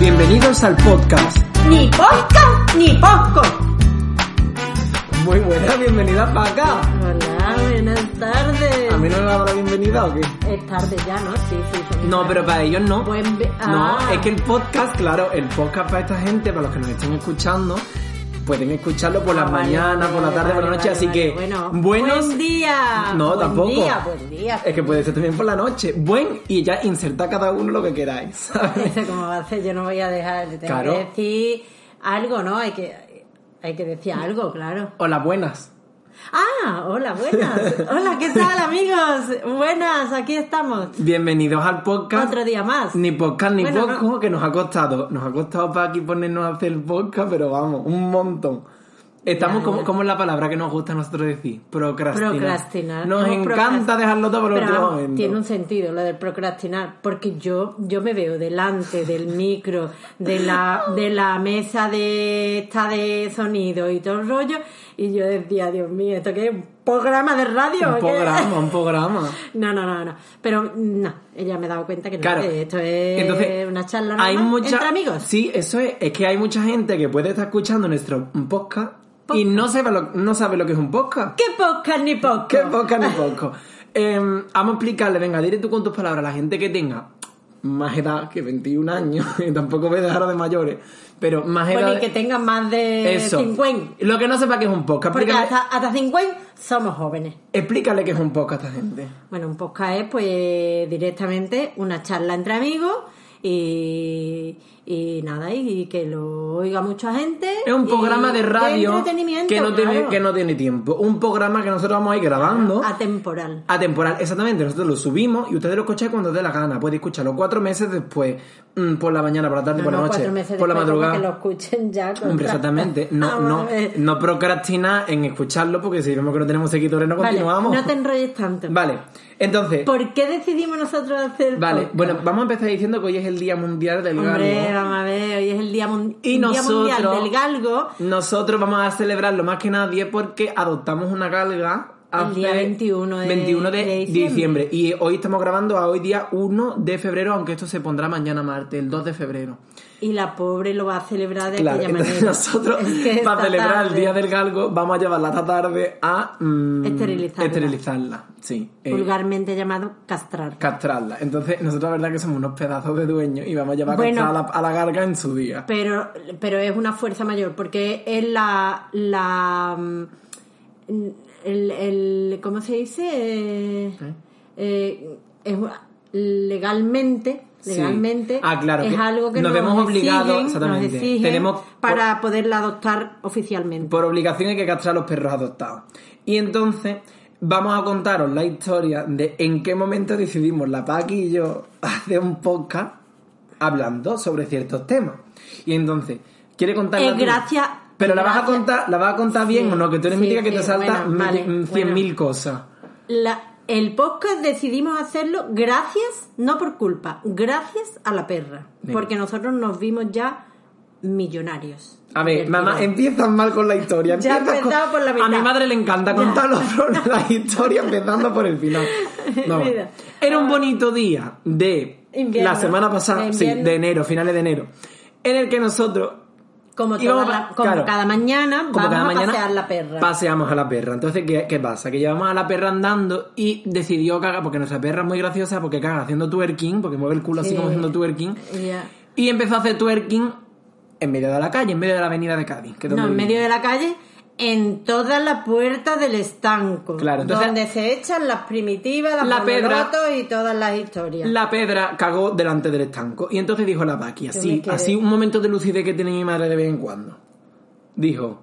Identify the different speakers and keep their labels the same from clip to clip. Speaker 1: Bienvenidos al podcast.
Speaker 2: Ni podcast ni poco.
Speaker 1: Muy buena, bienvenida para acá.
Speaker 2: Hola, buenas tardes.
Speaker 1: ¿A mí no me va a dar la bienvenida o qué?
Speaker 2: Es tarde ya, ¿no? Sí, sí. son-
Speaker 1: No, pero para ellos no.
Speaker 2: Buen ve-
Speaker 1: No,
Speaker 2: Ah.
Speaker 1: es que el podcast, claro, el podcast para esta gente, para los que nos estén escuchando, pueden escucharlo por la
Speaker 2: Ah, vale,
Speaker 1: mañana, por la
Speaker 2: vale,
Speaker 1: tarde, por la
Speaker 2: vale,
Speaker 1: noche,
Speaker 2: vale,
Speaker 1: así
Speaker 2: vale.
Speaker 1: que
Speaker 2: Bueno,
Speaker 1: buenos
Speaker 2: buen día.
Speaker 1: No,
Speaker 2: Buen
Speaker 1: tampoco. Eh.
Speaker 2: día, buen día.
Speaker 1: Es que puede ser también por la noche. Buen y ya inserta cada uno lo que queráis, ¿sabes?
Speaker 2: Eso como va a ser, yo no voy a dejar, tengo
Speaker 1: Claro.
Speaker 2: que decir algo, ¿no? Hay que, hay que decir algo, claro.
Speaker 1: Hola, buenas.
Speaker 2: Ah, hola, buenas. Hola, ¿qué tal, amigos? Buenas, aquí estamos.
Speaker 1: Bienvenidos al podcast.
Speaker 2: Otro día más.
Speaker 1: Ni podcast ni
Speaker 2: Bueno,
Speaker 1: poco, que nos ha costado. Nos ha costado para aquí ponernos a hacer podcast, pero vamos, un montón. Estamos,
Speaker 2: Ya,
Speaker 1: como,
Speaker 2: ya.
Speaker 1: como es la palabra que nos gusta a nosotros decir? Procrastinar.
Speaker 2: Procrastinar.
Speaker 1: Nos
Speaker 2: Hemos
Speaker 1: encanta
Speaker 2: procrast-
Speaker 1: dejarlo todo por
Speaker 2: Pero
Speaker 1: otro
Speaker 2: vamos,
Speaker 1: momento.
Speaker 2: Tiene un sentido lo del procrastinar, porque yo, yo me veo delante del micro, de la, de la mesa de esta de sonido y todo el rollo, y yo decía, Dios mío, ¿esto qué es? ¿Un programa de radio?
Speaker 1: Un
Speaker 2: o qué?"
Speaker 1: programa, un programa.
Speaker 2: No, no, no, no. Pero no, ya me he dado cuenta que no,
Speaker 1: Claro.
Speaker 2: que esto es
Speaker 1: Entonces,
Speaker 2: una charla normal
Speaker 1: hay mucha-
Speaker 2: entre amigos.
Speaker 1: Sí, eso es. Es que hay mucha gente que puede estar escuchando nuestro podcast y no sabe lo, no sabe lo que es un podcast.
Speaker 2: ¡Qué podcast ni podcast!
Speaker 1: Qué poco ni poco. Em, vamos a explicarle, venga, dile tú con tus palabras a la gente que tenga más edad que 21 años, y tampoco voy a dejar de mayores, pero más edad.
Speaker 2: Bueno, y que tengan más de
Speaker 1: eso.
Speaker 2: 50.
Speaker 1: Lo que no sepa que es un podcast,
Speaker 2: Porque
Speaker 1: explícale,
Speaker 2: hasta, hasta 50 somos jóvenes.
Speaker 1: explícale que es un podcast a esta gente.
Speaker 2: Bueno, un podcast es pues directamente una charla entre amigos y, y nada, y, que lo oiga mucha gente.
Speaker 1: Es un
Speaker 2: y
Speaker 1: programa de radio
Speaker 2: entretenimiento,
Speaker 1: que no, tiene,
Speaker 2: claro.
Speaker 1: que no tiene tiempo. Un programa que nosotros vamos a ir grabando.
Speaker 2: Atemporal.
Speaker 1: Atemporal, exactamente. Nosotros lo subimos y ustedes lo escucháis cuando os dé la gana. Podéis escucharlo cuatro meses después, mm, por la mañana, por la tarde,
Speaker 2: No,
Speaker 1: por la
Speaker 2: no,
Speaker 1: noche,
Speaker 2: cuatro meses
Speaker 1: por la
Speaker 2: después,
Speaker 1: madrugada.
Speaker 2: Que lo escuchen ya. con Ah,
Speaker 1: Hombre,
Speaker 2: otra-
Speaker 1: exactamente. No,
Speaker 2: Vamos a
Speaker 1: no,
Speaker 2: ver.
Speaker 1: no procrastina en escucharlo porque si vemos que no tenemos seguidores no continuamos.
Speaker 2: Vale, no te enrolles tanto.
Speaker 1: Vale, entonces,
Speaker 2: ¿Por qué decidimos nosotros hacer
Speaker 1: vale,
Speaker 2: podcast?
Speaker 1: bueno, vamos a empezar diciendo que hoy es el Día Mundial del
Speaker 2: Hombre,
Speaker 1: Galgo.
Speaker 2: vamos a ver, hoy es el Día, Mun-
Speaker 1: Y
Speaker 2: Día
Speaker 1: nosotros-
Speaker 2: Mundial del Galgo,
Speaker 1: Nosotros vamos a celebrarlo más que nadie porque adoptamos una galga
Speaker 2: El día
Speaker 1: hace
Speaker 2: 21 de-
Speaker 1: 21 de
Speaker 2: de
Speaker 1: diciembre.
Speaker 2: diciembre.
Speaker 1: Y hoy estamos grabando a hoy día 1 de febrero, aunque esto se pondrá mañana martes, el 2 de febrero.
Speaker 2: y la pobre lo va a celebrar de
Speaker 1: Claro,
Speaker 2: aquella
Speaker 1: entonces
Speaker 2: manera.
Speaker 1: nosotros,
Speaker 2: Es que esta
Speaker 1: para celebrar el
Speaker 2: tarde-
Speaker 1: Día del Galgo, vamos a llevarla esta tarde a mm,
Speaker 2: Esterilizarla.
Speaker 1: esterilizarla, sí. eh,
Speaker 2: vulgarmente llamado castrar.
Speaker 1: castrarla. Entonces, nosotros la verdad que somos unos pedazos de dueños y vamos a llevar
Speaker 2: Bueno.
Speaker 1: a, castrar a la, a la garga en su día.
Speaker 2: Pero, pero es una fuerza mayor, porque es la. la mm, el, el- ¿Cómo se dice? Eh, eh, es una- legalmente.
Speaker 1: Sí.
Speaker 2: Legalmente
Speaker 1: Ah, claro,
Speaker 2: es
Speaker 1: que
Speaker 2: algo que
Speaker 1: nos
Speaker 2: nos,
Speaker 1: vemos obligados,
Speaker 2: exigen,
Speaker 1: exactamente.
Speaker 2: nos exigen
Speaker 1: Tenemos-
Speaker 2: para poderla adoptar oficialmente.
Speaker 1: Por obligación hay que castrar a los perros adoptados. Y entonces, vamos a contaros la historia de en qué momento decidimos la Paqui y yo hacer un podcast hablando sobre ciertos temas. Y entonces, ¿quiere contarla
Speaker 2: Es
Speaker 1: tú?
Speaker 2: gracias-
Speaker 1: Pero la vas a
Speaker 2: gracias-
Speaker 1: contar, la vas a contar bien
Speaker 2: Sí,
Speaker 1: o no, que tú eres
Speaker 2: sí,
Speaker 1: mítica que
Speaker 2: sí,
Speaker 1: te saltas
Speaker 2: bueno, vale,
Speaker 1: mil- cien
Speaker 2: bueno.
Speaker 1: mil cosas.
Speaker 2: La- el podcast decidimos hacerlo gracias, no por culpa, gracias a la perra.
Speaker 1: Venga.
Speaker 2: Porque nosotros nos vimos ya millonarios.
Speaker 1: A ver,
Speaker 2: Del
Speaker 1: mamá, em,
Speaker 2: tirón.
Speaker 1: empiezas mal con la historia.
Speaker 2: Ya
Speaker 1: Empiezas con-
Speaker 2: empezaba por la
Speaker 1: A mi
Speaker 2: mitad.
Speaker 1: madre le encanta
Speaker 2: Ya.
Speaker 1: contar los problemas, la historia empezando por el final. Vamos.
Speaker 2: Mira. Ah.
Speaker 1: Era un bonito día de
Speaker 2: Invierno.
Speaker 1: la semana pasada,
Speaker 2: De
Speaker 1: sí,
Speaker 2: invierno.
Speaker 1: de enero, finales de enero, en el que nosotros,
Speaker 2: Como,
Speaker 1: Y vamos
Speaker 2: toda la-
Speaker 1: a-
Speaker 2: como
Speaker 1: claro.
Speaker 2: cada mañana,
Speaker 1: como
Speaker 2: vamos
Speaker 1: cada mañana,
Speaker 2: a pasear la perra.
Speaker 1: paseamos a la perra. Entonces, ¿qué, qué pasa? Que llevamos a la perra andando y decidió cagar, porque nuestra perra es muy graciosa, porque caga haciendo twerking, porque mueve el culo así
Speaker 2: Sí.
Speaker 1: como haciendo twerking,
Speaker 2: Ya.
Speaker 1: y empezó a hacer twerking en medio de la calle, en medio de la avenida de Cádiz. que es
Speaker 2: No,
Speaker 1: donde
Speaker 2: en
Speaker 1: vivimos.
Speaker 2: medio de la calle, en toda la puerta del estanco.
Speaker 1: Claro, entonces-
Speaker 2: donde se echan las primitivas, las
Speaker 1: La pedra-
Speaker 2: monolotos y todas las historias.
Speaker 1: La pedra cagó delante del estanco. Y entonces dijo la Paqui,
Speaker 2: Yo
Speaker 1: así,
Speaker 2: me quedé.
Speaker 1: así un momento de lucidez que tiene mi madre de vez en cuando. Dijo,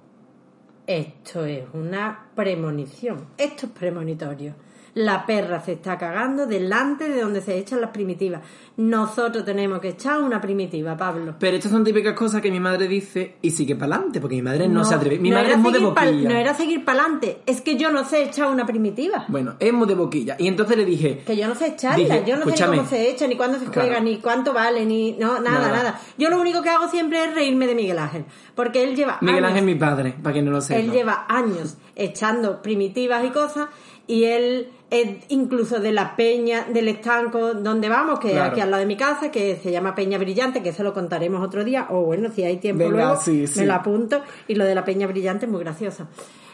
Speaker 2: Esto es una premonición. Esto es premonitorio. La perra se está cagando delante de donde se echan las primitivas. Nosotros tenemos que echar una primitiva, Pablo.
Speaker 1: pero estas son típicas cosas que mi madre dice y sigue para adelante, porque mi madre no, se atreve. Mi
Speaker 2: no
Speaker 1: madre
Speaker 2: era
Speaker 1: es muy de
Speaker 2: seguir pa'l-
Speaker 1: boquilla.
Speaker 2: No era seguir para adelante. Es que yo no sé echar una primitiva.
Speaker 1: Bueno, es muy de boquilla. Y entonces le dije,
Speaker 2: Que yo no sé echarla.
Speaker 1: Dije,
Speaker 2: yo no sé
Speaker 1: escúchame.
Speaker 2: ni cómo se echa, ni cuándo se juega,
Speaker 1: Claro.
Speaker 2: ni cuánto vale, ni. No, nada,
Speaker 1: Nada.
Speaker 2: nada, Yo lo único que hago siempre es reírme de Miguel Ángel. Porque él lleva.
Speaker 1: Miguel
Speaker 2: años
Speaker 1: Ángel, mi padre, para que no lo sepa.
Speaker 2: Él lleva años echando primitivas y cosas y, y él es incluso de la peña, del estanco donde vamos, que
Speaker 1: Claro.
Speaker 2: aquí al lado de mi casa, que se llama Peña Brillante, que eso lo contaremos otro día, o bueno, si hay tiempo
Speaker 1: Venga,
Speaker 2: luego,
Speaker 1: sí, sí.
Speaker 2: me lo apunto, y lo de la Peña Brillante es muy gracioso.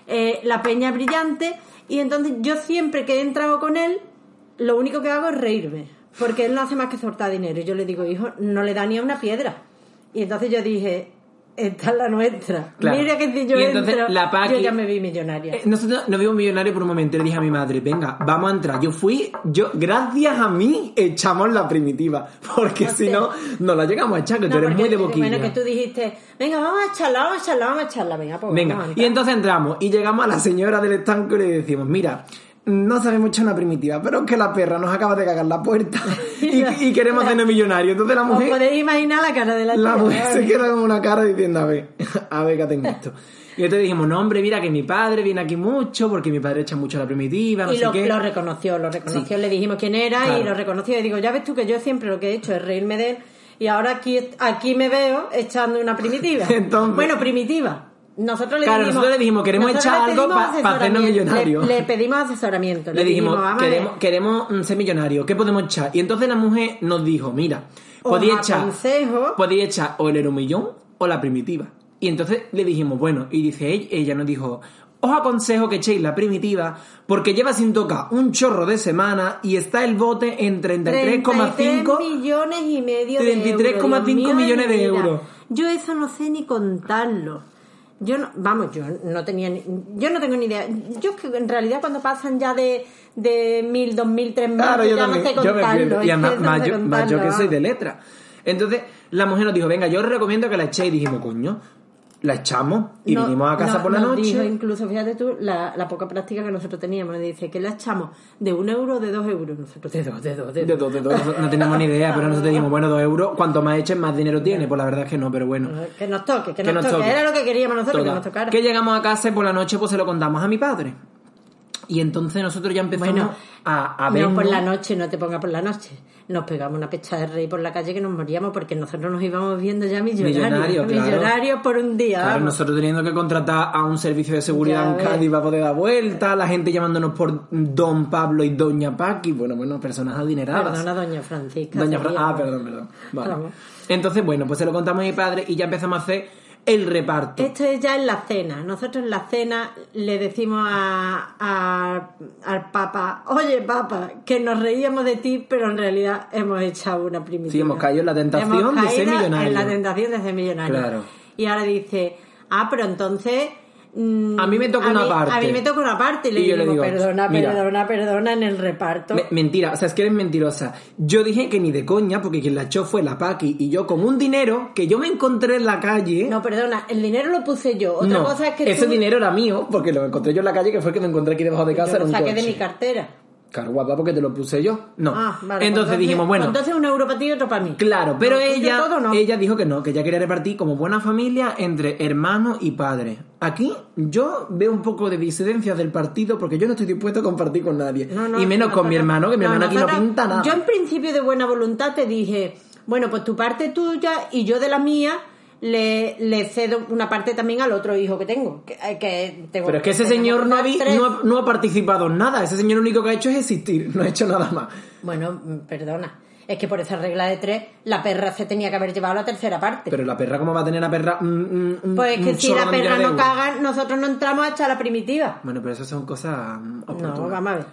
Speaker 2: Eh, la Peña Brillante, y entonces yo siempre que he entrado con él, lo único que hago es reírme, porque él no hace más que soltar dinero, y yo le digo, hijo, no le da ni a una piedra. Y entonces yo dije... Esta es la nuestra.
Speaker 1: Claro.
Speaker 2: Mira que si yo
Speaker 1: Y entonces
Speaker 2: entro,
Speaker 1: la Paqui-
Speaker 2: yo ya me vi millonaria.
Speaker 1: Eh, Nosotros nos vimos millonarios por un momento y le dije a mi madre, venga, vamos a entrar. Yo fui, yo, gracias a mí, echamos la primitiva. Porque si no, no la llegamos a echar, que tú eres
Speaker 2: No, porque
Speaker 1: muy de
Speaker 2: tú-
Speaker 1: boquilla.
Speaker 2: Bueno, que tú dijiste, venga, vamos a charlar, vamos a charlar, vamos a charlar, venga, pues
Speaker 1: Venga,
Speaker 2: vamos a
Speaker 1: y
Speaker 2: entrar.
Speaker 1: entonces entramos y llegamos a la señora del estanco y le decimos, mira, no sabemos echar una primitiva, pero es que la perra nos acaba de cagar la puerta y, y queremos hacernos millonarios. Entonces la
Speaker 2: Os
Speaker 1: mujer,
Speaker 2: podéis imaginar la cara de la,
Speaker 1: la
Speaker 2: tía,
Speaker 1: mujer
Speaker 2: ¿no?
Speaker 1: se queda con una cara diciendo, a ver, a ver qué hacen esto. Y entonces dijimos, no hombre, mira que mi padre viene aquí mucho, porque mi padre echa mucho la primitiva, no
Speaker 2: Y
Speaker 1: sé
Speaker 2: lo,
Speaker 1: qué.
Speaker 2: lo reconoció, lo reconoció, le dijimos quién era
Speaker 1: Claro.
Speaker 2: y lo reconoció. Y digo, ya ves tú que yo siempre lo que he hecho es reírme de él y ahora aquí, aquí me veo echando una primitiva.
Speaker 1: Entonces-
Speaker 2: bueno, primitiva. Nosotros le
Speaker 1: Claro,
Speaker 2: dijimos,
Speaker 1: nosotros le dijimos, queremos
Speaker 2: nosotros
Speaker 1: echar
Speaker 2: le
Speaker 1: algo
Speaker 2: pedimos
Speaker 1: pa- pa' hacernos
Speaker 2: asesoramiento.
Speaker 1: millonarios.
Speaker 2: Le, le pedimos asesoramiento.
Speaker 1: Le dijimos,
Speaker 2: vamos a ver.
Speaker 1: queremos, queremos mm, ser millonarios, ¿qué podemos echar? Y entonces la mujer nos dijo, mira,
Speaker 2: Os
Speaker 1: podéis echar,
Speaker 2: aconsejo-
Speaker 1: podéis echar o el eromillón o la primitiva. Y entonces le dijimos, bueno, y dice ella, ella nos dijo, os aconsejo que echéis la primitiva porque lleva sin tocar un chorro de semana y está el bote en
Speaker 2: 33
Speaker 1: 33,5.
Speaker 2: millones y medio de
Speaker 1: 33,5
Speaker 2: euros. Dios mío
Speaker 1: millones de
Speaker 2: mi vida.
Speaker 1: euros.
Speaker 2: Yo eso no sé ni contarlo. Yo no, vamos, yo no tenía ni- yo no tengo ni idea. Yo es que en realidad cuando pasan ya de, de mil, dos mil, tres mil,
Speaker 1: Claro,
Speaker 2: yo
Speaker 1: yo
Speaker 2: ya
Speaker 1: también,
Speaker 2: no sé
Speaker 1: yo me
Speaker 2: contarlo.
Speaker 1: pierdo.
Speaker 2: es
Speaker 1: Y
Speaker 2: que
Speaker 1: además,
Speaker 2: eso no
Speaker 1: más
Speaker 2: sé
Speaker 1: yo, más yo
Speaker 2: contarlo,
Speaker 1: que soy
Speaker 2: vamos.
Speaker 1: de letra. Entonces la mujer nos dijo, venga, yo os recomiendo que la echéis. Y dijimos, coño, la echamos y
Speaker 2: No,
Speaker 1: vinimos a casa
Speaker 2: no,
Speaker 1: por la
Speaker 2: nos
Speaker 1: noche.
Speaker 2: dijo incluso, fíjate tú, la, la poca práctica que nosotros teníamos. Dice que la echamos de un euro o de dos euros. Nosotros de dos, de dos, de dos.
Speaker 1: De todo, de todo. No tenemos ni idea, pero nosotros dijimos, bueno, dos euros, cuanto más echen, más dinero tiene. Pues la verdad es que no, pero bueno.
Speaker 2: Que nos toque, que,
Speaker 1: Que
Speaker 2: nos,
Speaker 1: nos
Speaker 2: toque.
Speaker 1: toque.
Speaker 2: Era lo que queríamos nosotros, que
Speaker 1: Total,
Speaker 2: nos tocara.
Speaker 1: que llegamos a casa y por la noche pues se lo contamos a mi padre. Y entonces nosotros ya empezamos
Speaker 2: Bueno,
Speaker 1: a, a ver...
Speaker 2: No por la noche, no te pongas por la noche. Nos pegamos una pecha de rey por la calle que nos moríamos porque nosotros nos íbamos viendo ya millonarios.
Speaker 1: Millonarios, claro.
Speaker 2: Millonarios por un día.
Speaker 1: Claro,
Speaker 2: vamos.
Speaker 1: nosotros teniendo que contratar a un servicio de
Speaker 2: Ya
Speaker 1: seguridad en
Speaker 2: ves.
Speaker 1: Cádiz para poder dar vuelta, la gente llamándonos por Don Pablo y Doña Paqui, bueno, bueno, personas adineradas.
Speaker 2: Perdona, doña Francisca.
Speaker 1: Doña
Speaker 2: sería.
Speaker 1: Fran- Ah, perdón, perdón. Vale.
Speaker 2: Vamos.
Speaker 1: Entonces, bueno, pues se lo contamos a mi padre y ya empezamos a hacer el reparto.
Speaker 2: Esto es ya en la cena. Nosotros en la cena le decimos a, a- al Papa, oye Papa, que nos reíamos de ti, pero en realidad hemos echado una primitiva.
Speaker 1: Sí, hemos caído en la tentación
Speaker 2: Hemos
Speaker 1: de ser
Speaker 2: caído En la
Speaker 1: millonarios.
Speaker 2: tentación de ser millonario.
Speaker 1: Claro.
Speaker 2: Y ahora dice, ah, pero entonces... mm,
Speaker 1: A mí me toca una
Speaker 2: mí-
Speaker 1: parte.
Speaker 2: A mí me toca una parte. Y le
Speaker 1: Y yo le
Speaker 2: digo,
Speaker 1: digo,
Speaker 2: perdona,
Speaker 1: mira.
Speaker 2: perdona, perdona en el reparto.
Speaker 1: Me- mentira, o sea, es que eres mentirosa. Yo dije que ni de coña, porque quien la echó fue la Paqui y yo con un dinero que yo me encontré en la calle.
Speaker 2: No, perdona, el dinero lo puse yo. Otra
Speaker 1: No,
Speaker 2: cosa es que
Speaker 1: ese
Speaker 2: tú
Speaker 1: dinero era mío, porque lo encontré yo en la calle, que fue el que me encontré aquí debajo de
Speaker 2: yo
Speaker 1: casa. era
Speaker 2: lo
Speaker 1: un
Speaker 2: saqué de
Speaker 1: coche.
Speaker 2: mi cartera.
Speaker 1: Claro, guapa, porque te lo puse yo. No.
Speaker 2: Ah, vale,
Speaker 1: entonces,
Speaker 2: pues
Speaker 1: dijimos, bueno,
Speaker 2: Entonces un euro para ti y otro para mí.
Speaker 1: claro, pero
Speaker 2: No, ¿tú y yo
Speaker 1: ella,
Speaker 2: todo no?
Speaker 1: ella dijo que no, que ella quería repartir como buena familia entre hermano y padre. Aquí yo veo un poco de disidencia del partido, porque yo no estoy dispuesto a compartir con nadie.
Speaker 2: No, no,
Speaker 1: y menos con mi
Speaker 2: nosotros-
Speaker 1: hermano, que mi hermano aquí no
Speaker 2: nosotros-
Speaker 1: pinta nada.
Speaker 2: Yo en principio de buena voluntad te dije, bueno, pues tu parte tuya y yo de la mía le, le cedo una parte también al otro hijo que tengo. Que, eh, que tengo-
Speaker 1: Pero es que ese
Speaker 2: tenemos
Speaker 1: señor no ha,
Speaker 2: unas
Speaker 1: vi-
Speaker 2: tres.
Speaker 1: no ha- no ha participado en nada. Ese señor lo único que ha hecho es existir. No ha hecho nada más.
Speaker 2: Bueno, mm, perdona. Es que por esa regla de tres, la perra se tenía que haber llevado la tercera parte.
Speaker 1: Pero la perra, ¿cómo va a tener la perra? un- un- un-
Speaker 2: pues es que
Speaker 1: un
Speaker 2: si
Speaker 1: chorro
Speaker 2: la
Speaker 1: de millones de
Speaker 2: perra no
Speaker 1: euros?
Speaker 2: caga, nosotros no entramos hasta la primitiva.
Speaker 1: Bueno, pero eso son cosas mm, oportunas.
Speaker 2: No, vamos a ver.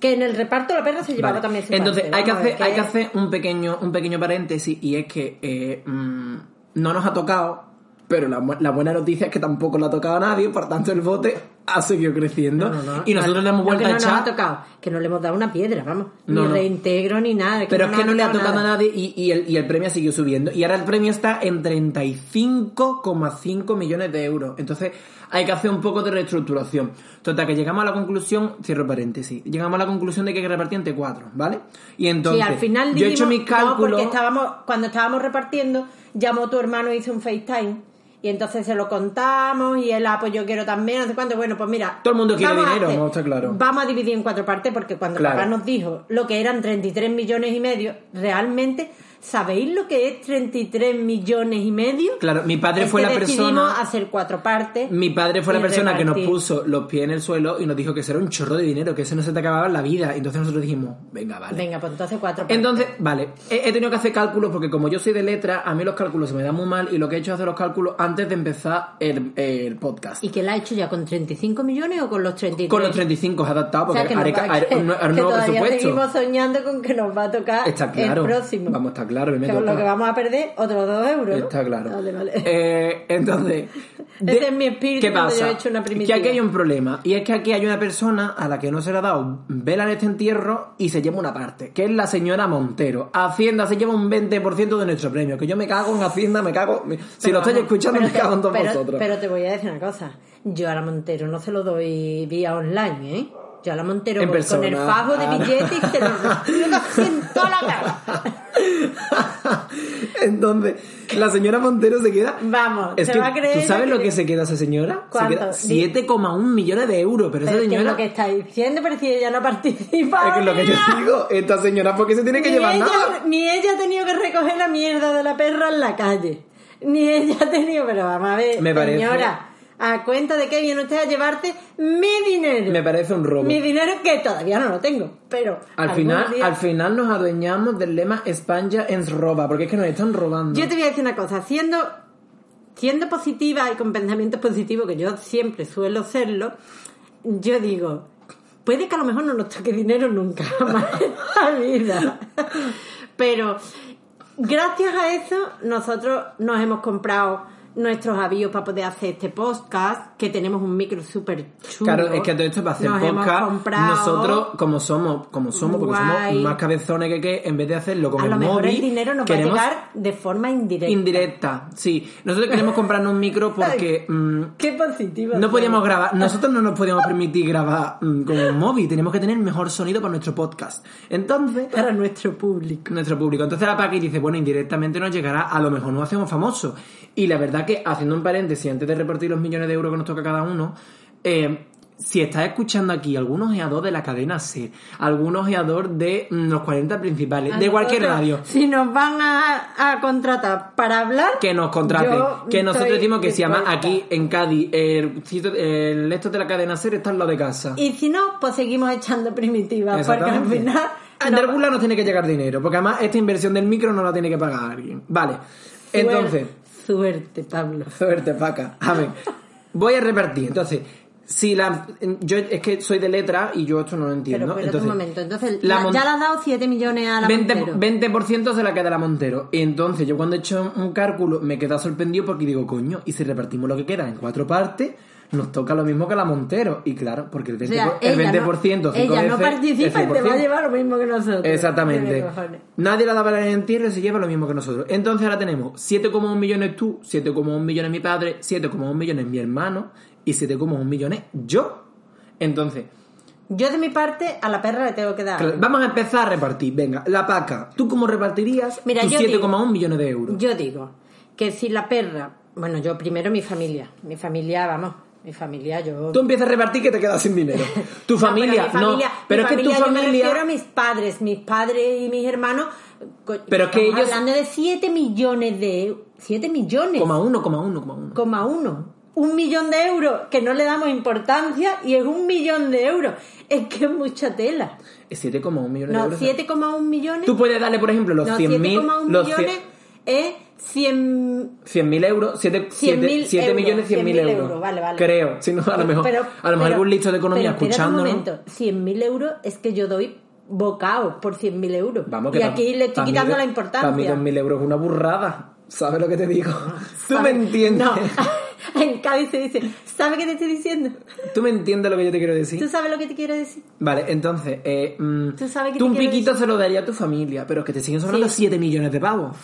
Speaker 2: Que en el reparto la perra se llevaba
Speaker 1: Vale.
Speaker 2: también su
Speaker 1: Entonces,
Speaker 2: parte.
Speaker 1: hay, que
Speaker 2: Vamos a ver,
Speaker 1: hacer, hay que hacer un pequeño, un pequeño paréntesis y es que eh, mm, no nos ha tocado, pero la, bu- la buena noticia es que tampoco le ha tocado a nadie, por tanto el bote ha seguido creciendo
Speaker 2: No, no, no.
Speaker 1: y nosotros le hemos
Speaker 2: Lo
Speaker 1: vuelto
Speaker 2: que
Speaker 1: a
Speaker 2: no
Speaker 1: echar.
Speaker 2: Nos ha tocado, que no le hemos dado una piedra, vamos.
Speaker 1: No,
Speaker 2: ni
Speaker 1: no.
Speaker 2: reintegro ni nada.
Speaker 1: Pero es que no le ha
Speaker 2: nos
Speaker 1: tocado a
Speaker 2: nada.
Speaker 1: nadie y, y el, y el premio ha seguido subiendo. Y ahora el premio está en 35,5 millones de euros. Entonces hay que hacer un poco de reestructuración. Total, que llegamos a la conclusión, cierro paréntesis, llegamos a la conclusión de que hay que repartir entre cuatro, ¿vale? Y entonces,
Speaker 2: Sí, al final
Speaker 1: yo he
Speaker 2: dijimos-
Speaker 1: hecho mis
Speaker 2: No,
Speaker 1: cálculos.
Speaker 2: porque estábamos, cuando estábamos repartiendo, llamó tu hermano y hizo un FaceTime. Y entonces se lo contamos y él, ah, pues yo quiero también, no sé cuánto. Bueno, pues mira.
Speaker 1: Todo el mundo quiere
Speaker 2: vamos a
Speaker 1: dinero,
Speaker 2: hacer-
Speaker 1: no, está claro.
Speaker 2: Vamos a dividir en cuatro partes porque cuando
Speaker 1: Claro.
Speaker 2: papá nos dijo lo que eran 33 millones y medio, realmente ¿Sabéis lo que es 33 millones y medio?
Speaker 1: Claro, mi padre
Speaker 2: Es
Speaker 1: fue
Speaker 2: que
Speaker 1: la
Speaker 2: decidimos
Speaker 1: persona.
Speaker 2: hacer cuatro partes.
Speaker 1: Mi padre fue la
Speaker 2: y
Speaker 1: persona que nos
Speaker 2: repartir.
Speaker 1: puso los pies en el suelo y nos dijo que eso era un chorro de dinero, que eso no se te acababa en la vida. Entonces nosotros dijimos, venga, vale.
Speaker 2: Venga, pues entonces cuatro partes.
Speaker 1: Entonces, vale, he, he tenido que hacer cálculos porque como yo soy de letra, a mí los cálculos se me dan muy mal y lo que he hecho es hacer los cálculos antes de empezar el, el podcast.
Speaker 2: ¿Y que la ha hecho ya con 35 millones o con los 33?
Speaker 1: Con los 35 has adaptado
Speaker 2: O
Speaker 1: porque
Speaker 2: sea, que, nos
Speaker 1: haré,
Speaker 2: va-
Speaker 1: haré
Speaker 2: que-
Speaker 1: un, haré un
Speaker 2: que
Speaker 1: nuevo
Speaker 2: todavía seguimos
Speaker 1: presupuesto.
Speaker 2: soñando con que nos va a tocar
Speaker 1: Está claro.
Speaker 2: el próximo.
Speaker 1: Vamos, está claro.
Speaker 2: que
Speaker 1: obviamente,
Speaker 2: lo que
Speaker 1: está-
Speaker 2: vamos a perder, otros dos euros. ¿no?
Speaker 1: Está claro.
Speaker 2: Ah, Vale, vale.
Speaker 1: Eh, entonces.
Speaker 2: Ese es mi espíritu
Speaker 1: ¿Qué
Speaker 2: cuando
Speaker 1: pasa?
Speaker 2: yo he hecho una
Speaker 1: que
Speaker 2: primitiva.
Speaker 1: aquí hay un problema. Y es que aquí hay una persona a la que no se le ha dado vela en este entierro y se lleva una parte, que es la señora Montero. Hacienda se lleva un 20% de nuestro premio. Que yo me cago en Hacienda, me cago. me- si
Speaker 2: Pero
Speaker 1: lo estáis
Speaker 2: vamos,
Speaker 1: escuchando,
Speaker 2: pero
Speaker 1: me
Speaker 2: te-
Speaker 1: cago en todos
Speaker 2: pero,
Speaker 1: vosotros.
Speaker 2: Pero te voy a decir una cosa. Yo a la Montero no se lo doy vía online, ¿eh? Yo a la Montero
Speaker 1: En
Speaker 2: voy
Speaker 1: persona.
Speaker 2: con el fajo de
Speaker 1: Ah, no.
Speaker 2: billetes y te lo recibo así en toda la cara.
Speaker 1: Entonces, la señora Montero se queda.
Speaker 2: Vamos,
Speaker 1: Es
Speaker 2: se
Speaker 1: que,
Speaker 2: va a creer.
Speaker 1: ¿Tú sabes lo que
Speaker 2: que-
Speaker 1: se queda esa señora?
Speaker 2: ¿Cuánto?
Speaker 1: Se queda 7,1 millones de euros. Pero, esa
Speaker 2: Pero es que es
Speaker 1: señora.
Speaker 2: lo que está diciendo, pero si ella no participa.
Speaker 1: Es que lo que yo
Speaker 2: amiga.
Speaker 1: digo, esta señora, ¿por qué se tiene que
Speaker 2: ni,
Speaker 1: llevar
Speaker 2: ella,
Speaker 1: nada?
Speaker 2: ni ella ha tenido que recoger la mierda de la perra en la calle. Ni ella ha tenido, pero vamos a ver,
Speaker 1: Me parece-
Speaker 2: señora, a cuenta de que viene usted a llevarte mi dinero.
Speaker 1: Me parece un robo.
Speaker 2: Mi dinero que todavía no lo tengo, pero
Speaker 1: Al
Speaker 2: algún
Speaker 1: final,
Speaker 2: día-
Speaker 1: al final nos adueñamos del lema España ens roba, porque es que nos están robando.
Speaker 2: Yo te voy a decir una cosa, siendo, siendo positiva y con pensamientos positivos, que yo siempre suelo serlo, yo digo, puede que a lo mejor no nos toque dinero nunca más en la vida. Pero gracias a eso nosotros nos hemos comprado nuestros avíos para poder hacer este podcast, que tenemos un micro súper chulo.
Speaker 1: Claro, es que todo esto para hacer
Speaker 2: Nos hemos
Speaker 1: podcast,
Speaker 2: comprado-
Speaker 1: nosotros como somos, como somos, porque somos
Speaker 2: Guay.
Speaker 1: más cabezones que que, en vez de hacerlo con
Speaker 2: a
Speaker 1: el
Speaker 2: lo mejor
Speaker 1: móvil,
Speaker 2: el dinero nos va a
Speaker 1: queremos
Speaker 2: llegar de forma indirecta.
Speaker 1: indirecta. Sí, nosotros queremos comprarnos un micro porque mm,
Speaker 2: Qué positivo.
Speaker 1: No
Speaker 2: Antonio.
Speaker 1: podíamos grabar, nosotros no nos podíamos permitir grabar mm, con un móvil, teníamos que tener el mejor sonido para nuestro podcast. Entonces,
Speaker 2: para nuestro público.
Speaker 1: nuestro público. Entonces la Paqui dice, bueno, indirectamente nos llegará, a lo mejor nos hacemos famosos. Y la verdad que, haciendo un paréntesis, antes de repartir los millones de euros que nos toca cada uno, eh, si estás escuchando aquí algún ojeador de la cadena C, algún ojeador de mm, los 40 principales, de cualquier
Speaker 2: Nosotros,
Speaker 1: radio,
Speaker 2: Si nos van a, a contratar para hablar.
Speaker 1: que nos contraten.
Speaker 2: yo
Speaker 1: Que nosotros
Speaker 2: estoy
Speaker 1: decimos que se llama
Speaker 2: dispuesta.
Speaker 1: aquí, en Cádiz, el, sitio- el esto de la cadena C está en lo de casa.
Speaker 2: Y si no, pues seguimos echando primitivas. Porque al
Speaker 1: Exactamente.
Speaker 2: final.
Speaker 1: Ah,
Speaker 2: no-
Speaker 1: De algún lado nos tiene que llegar dinero, porque además esta inversión del micro no la tiene que pagar alguien. Vale.
Speaker 2: Suer-
Speaker 1: Entonces,
Speaker 2: Suerte, Pablo.
Speaker 1: Suerte, paca. A ver, voy a repartir. Entonces, si la. Yo es que soy de letra y yo esto no lo
Speaker 2: Pero
Speaker 1: entiendo.
Speaker 2: espérate
Speaker 1: Entonces,
Speaker 2: un momento. Entonces,
Speaker 1: la
Speaker 2: la-
Speaker 1: mon-
Speaker 2: ya le has dado 7 millones a la
Speaker 1: 20%,
Speaker 2: Montero.
Speaker 1: 20% se la queda la Montero. Y entonces, yo cuando he hecho un cálculo me queda sorprendido porque digo, coño, y si repartimos lo que queda en cuatro partes, nos toca lo mismo que la Montero. Y claro, porque el 20%,
Speaker 2: O sea,
Speaker 1: el
Speaker 2: ella
Speaker 1: 20% cinco
Speaker 2: no, ella no
Speaker 1: veces,
Speaker 2: participa
Speaker 1: es
Speaker 2: y te va a
Speaker 1: 100%.
Speaker 2: llevar lo mismo que nosotros. Tiene
Speaker 1: Exactamente.
Speaker 2: cojones.
Speaker 1: Nadie la daba en el entierro y se lleva lo mismo que nosotros. Entonces ahora tenemos 7,1 millones tú, 7,1 millones mi padre, 7,1 millones mi hermano y 7,1 millones yo. Entonces,
Speaker 2: Yo de mi parte a la perra le tengo que dar.
Speaker 1: cl- vamos a empezar a repartir. Venga, la paca, ¿tú cómo repartirías
Speaker 2: Mira,
Speaker 1: tus
Speaker 2: yo digo-
Speaker 1: 7,1 millones de euros?
Speaker 2: Yo digo que si la perra, bueno, yo primero mi familia, mi familia, vamos, mi familia, yo.
Speaker 1: Tú empiezas a repartir que te quedas sin dinero. Tu
Speaker 2: No, pero
Speaker 1: familia,
Speaker 2: mi familia-
Speaker 1: no. Pero
Speaker 2: mi
Speaker 1: es que tu
Speaker 2: familia, Yo me
Speaker 1: familia...
Speaker 2: refiero a mis padres, mis padres y mis hermanos. co-
Speaker 1: Pero es que
Speaker 2: estamos
Speaker 1: ellos-
Speaker 2: Hablando de 7 millones de euros. 7 millones.
Speaker 1: Coma uno, coma uno, coma uno.
Speaker 2: Coma uno. Un millón de euros que no le damos importancia y es un millón de euros. Es que es mucha tela.
Speaker 1: Es 7,1 millones de
Speaker 2: No,
Speaker 1: euros.
Speaker 2: 7,1 millones.
Speaker 1: Tú puedes darle, por ejemplo, los
Speaker 2: no,
Speaker 1: 100.000...
Speaker 2: 7,1
Speaker 1: los
Speaker 2: millones
Speaker 1: 100
Speaker 2: es 100
Speaker 1: 100.000 euros, 7,
Speaker 2: 100.000 euros,
Speaker 1: millones 100.000
Speaker 2: 100.000
Speaker 1: euros.
Speaker 2: euros, vale, vale.
Speaker 1: Creo, si no, a lo mejor,
Speaker 2: Pero-
Speaker 1: a lo mejor
Speaker 2: pero-
Speaker 1: algún listo de economía
Speaker 2: pero espérate
Speaker 1: escuchando.
Speaker 2: un momento, 100.000 euros es que yo doy bocaos por 100.000 euros.
Speaker 1: Vamos, que
Speaker 2: y
Speaker 1: pa-
Speaker 2: aquí le estoy
Speaker 1: pa' mí de-
Speaker 2: quitando la
Speaker 1: Para mí
Speaker 2: importancia.
Speaker 1: 2.000 euros es una burrada. ¿Sabes lo que te digo? Tú me
Speaker 2: ¿Sabes?
Speaker 1: entiendes.
Speaker 2: No, en Cádiz se dice, ¿sabes qué te estoy diciendo?
Speaker 1: Tú me entiendes lo que yo te quiero
Speaker 2: ¿Tú
Speaker 1: decir.
Speaker 2: sabes lo que te quiero decir?
Speaker 1: Vale, entonces, eh, mm,
Speaker 2: Tú sabes que
Speaker 1: un
Speaker 2: te quiero
Speaker 1: piquito se lo daría a tu familia, pero es que te siguen sobrando
Speaker 2: Sí.
Speaker 1: 7 millones de pavos.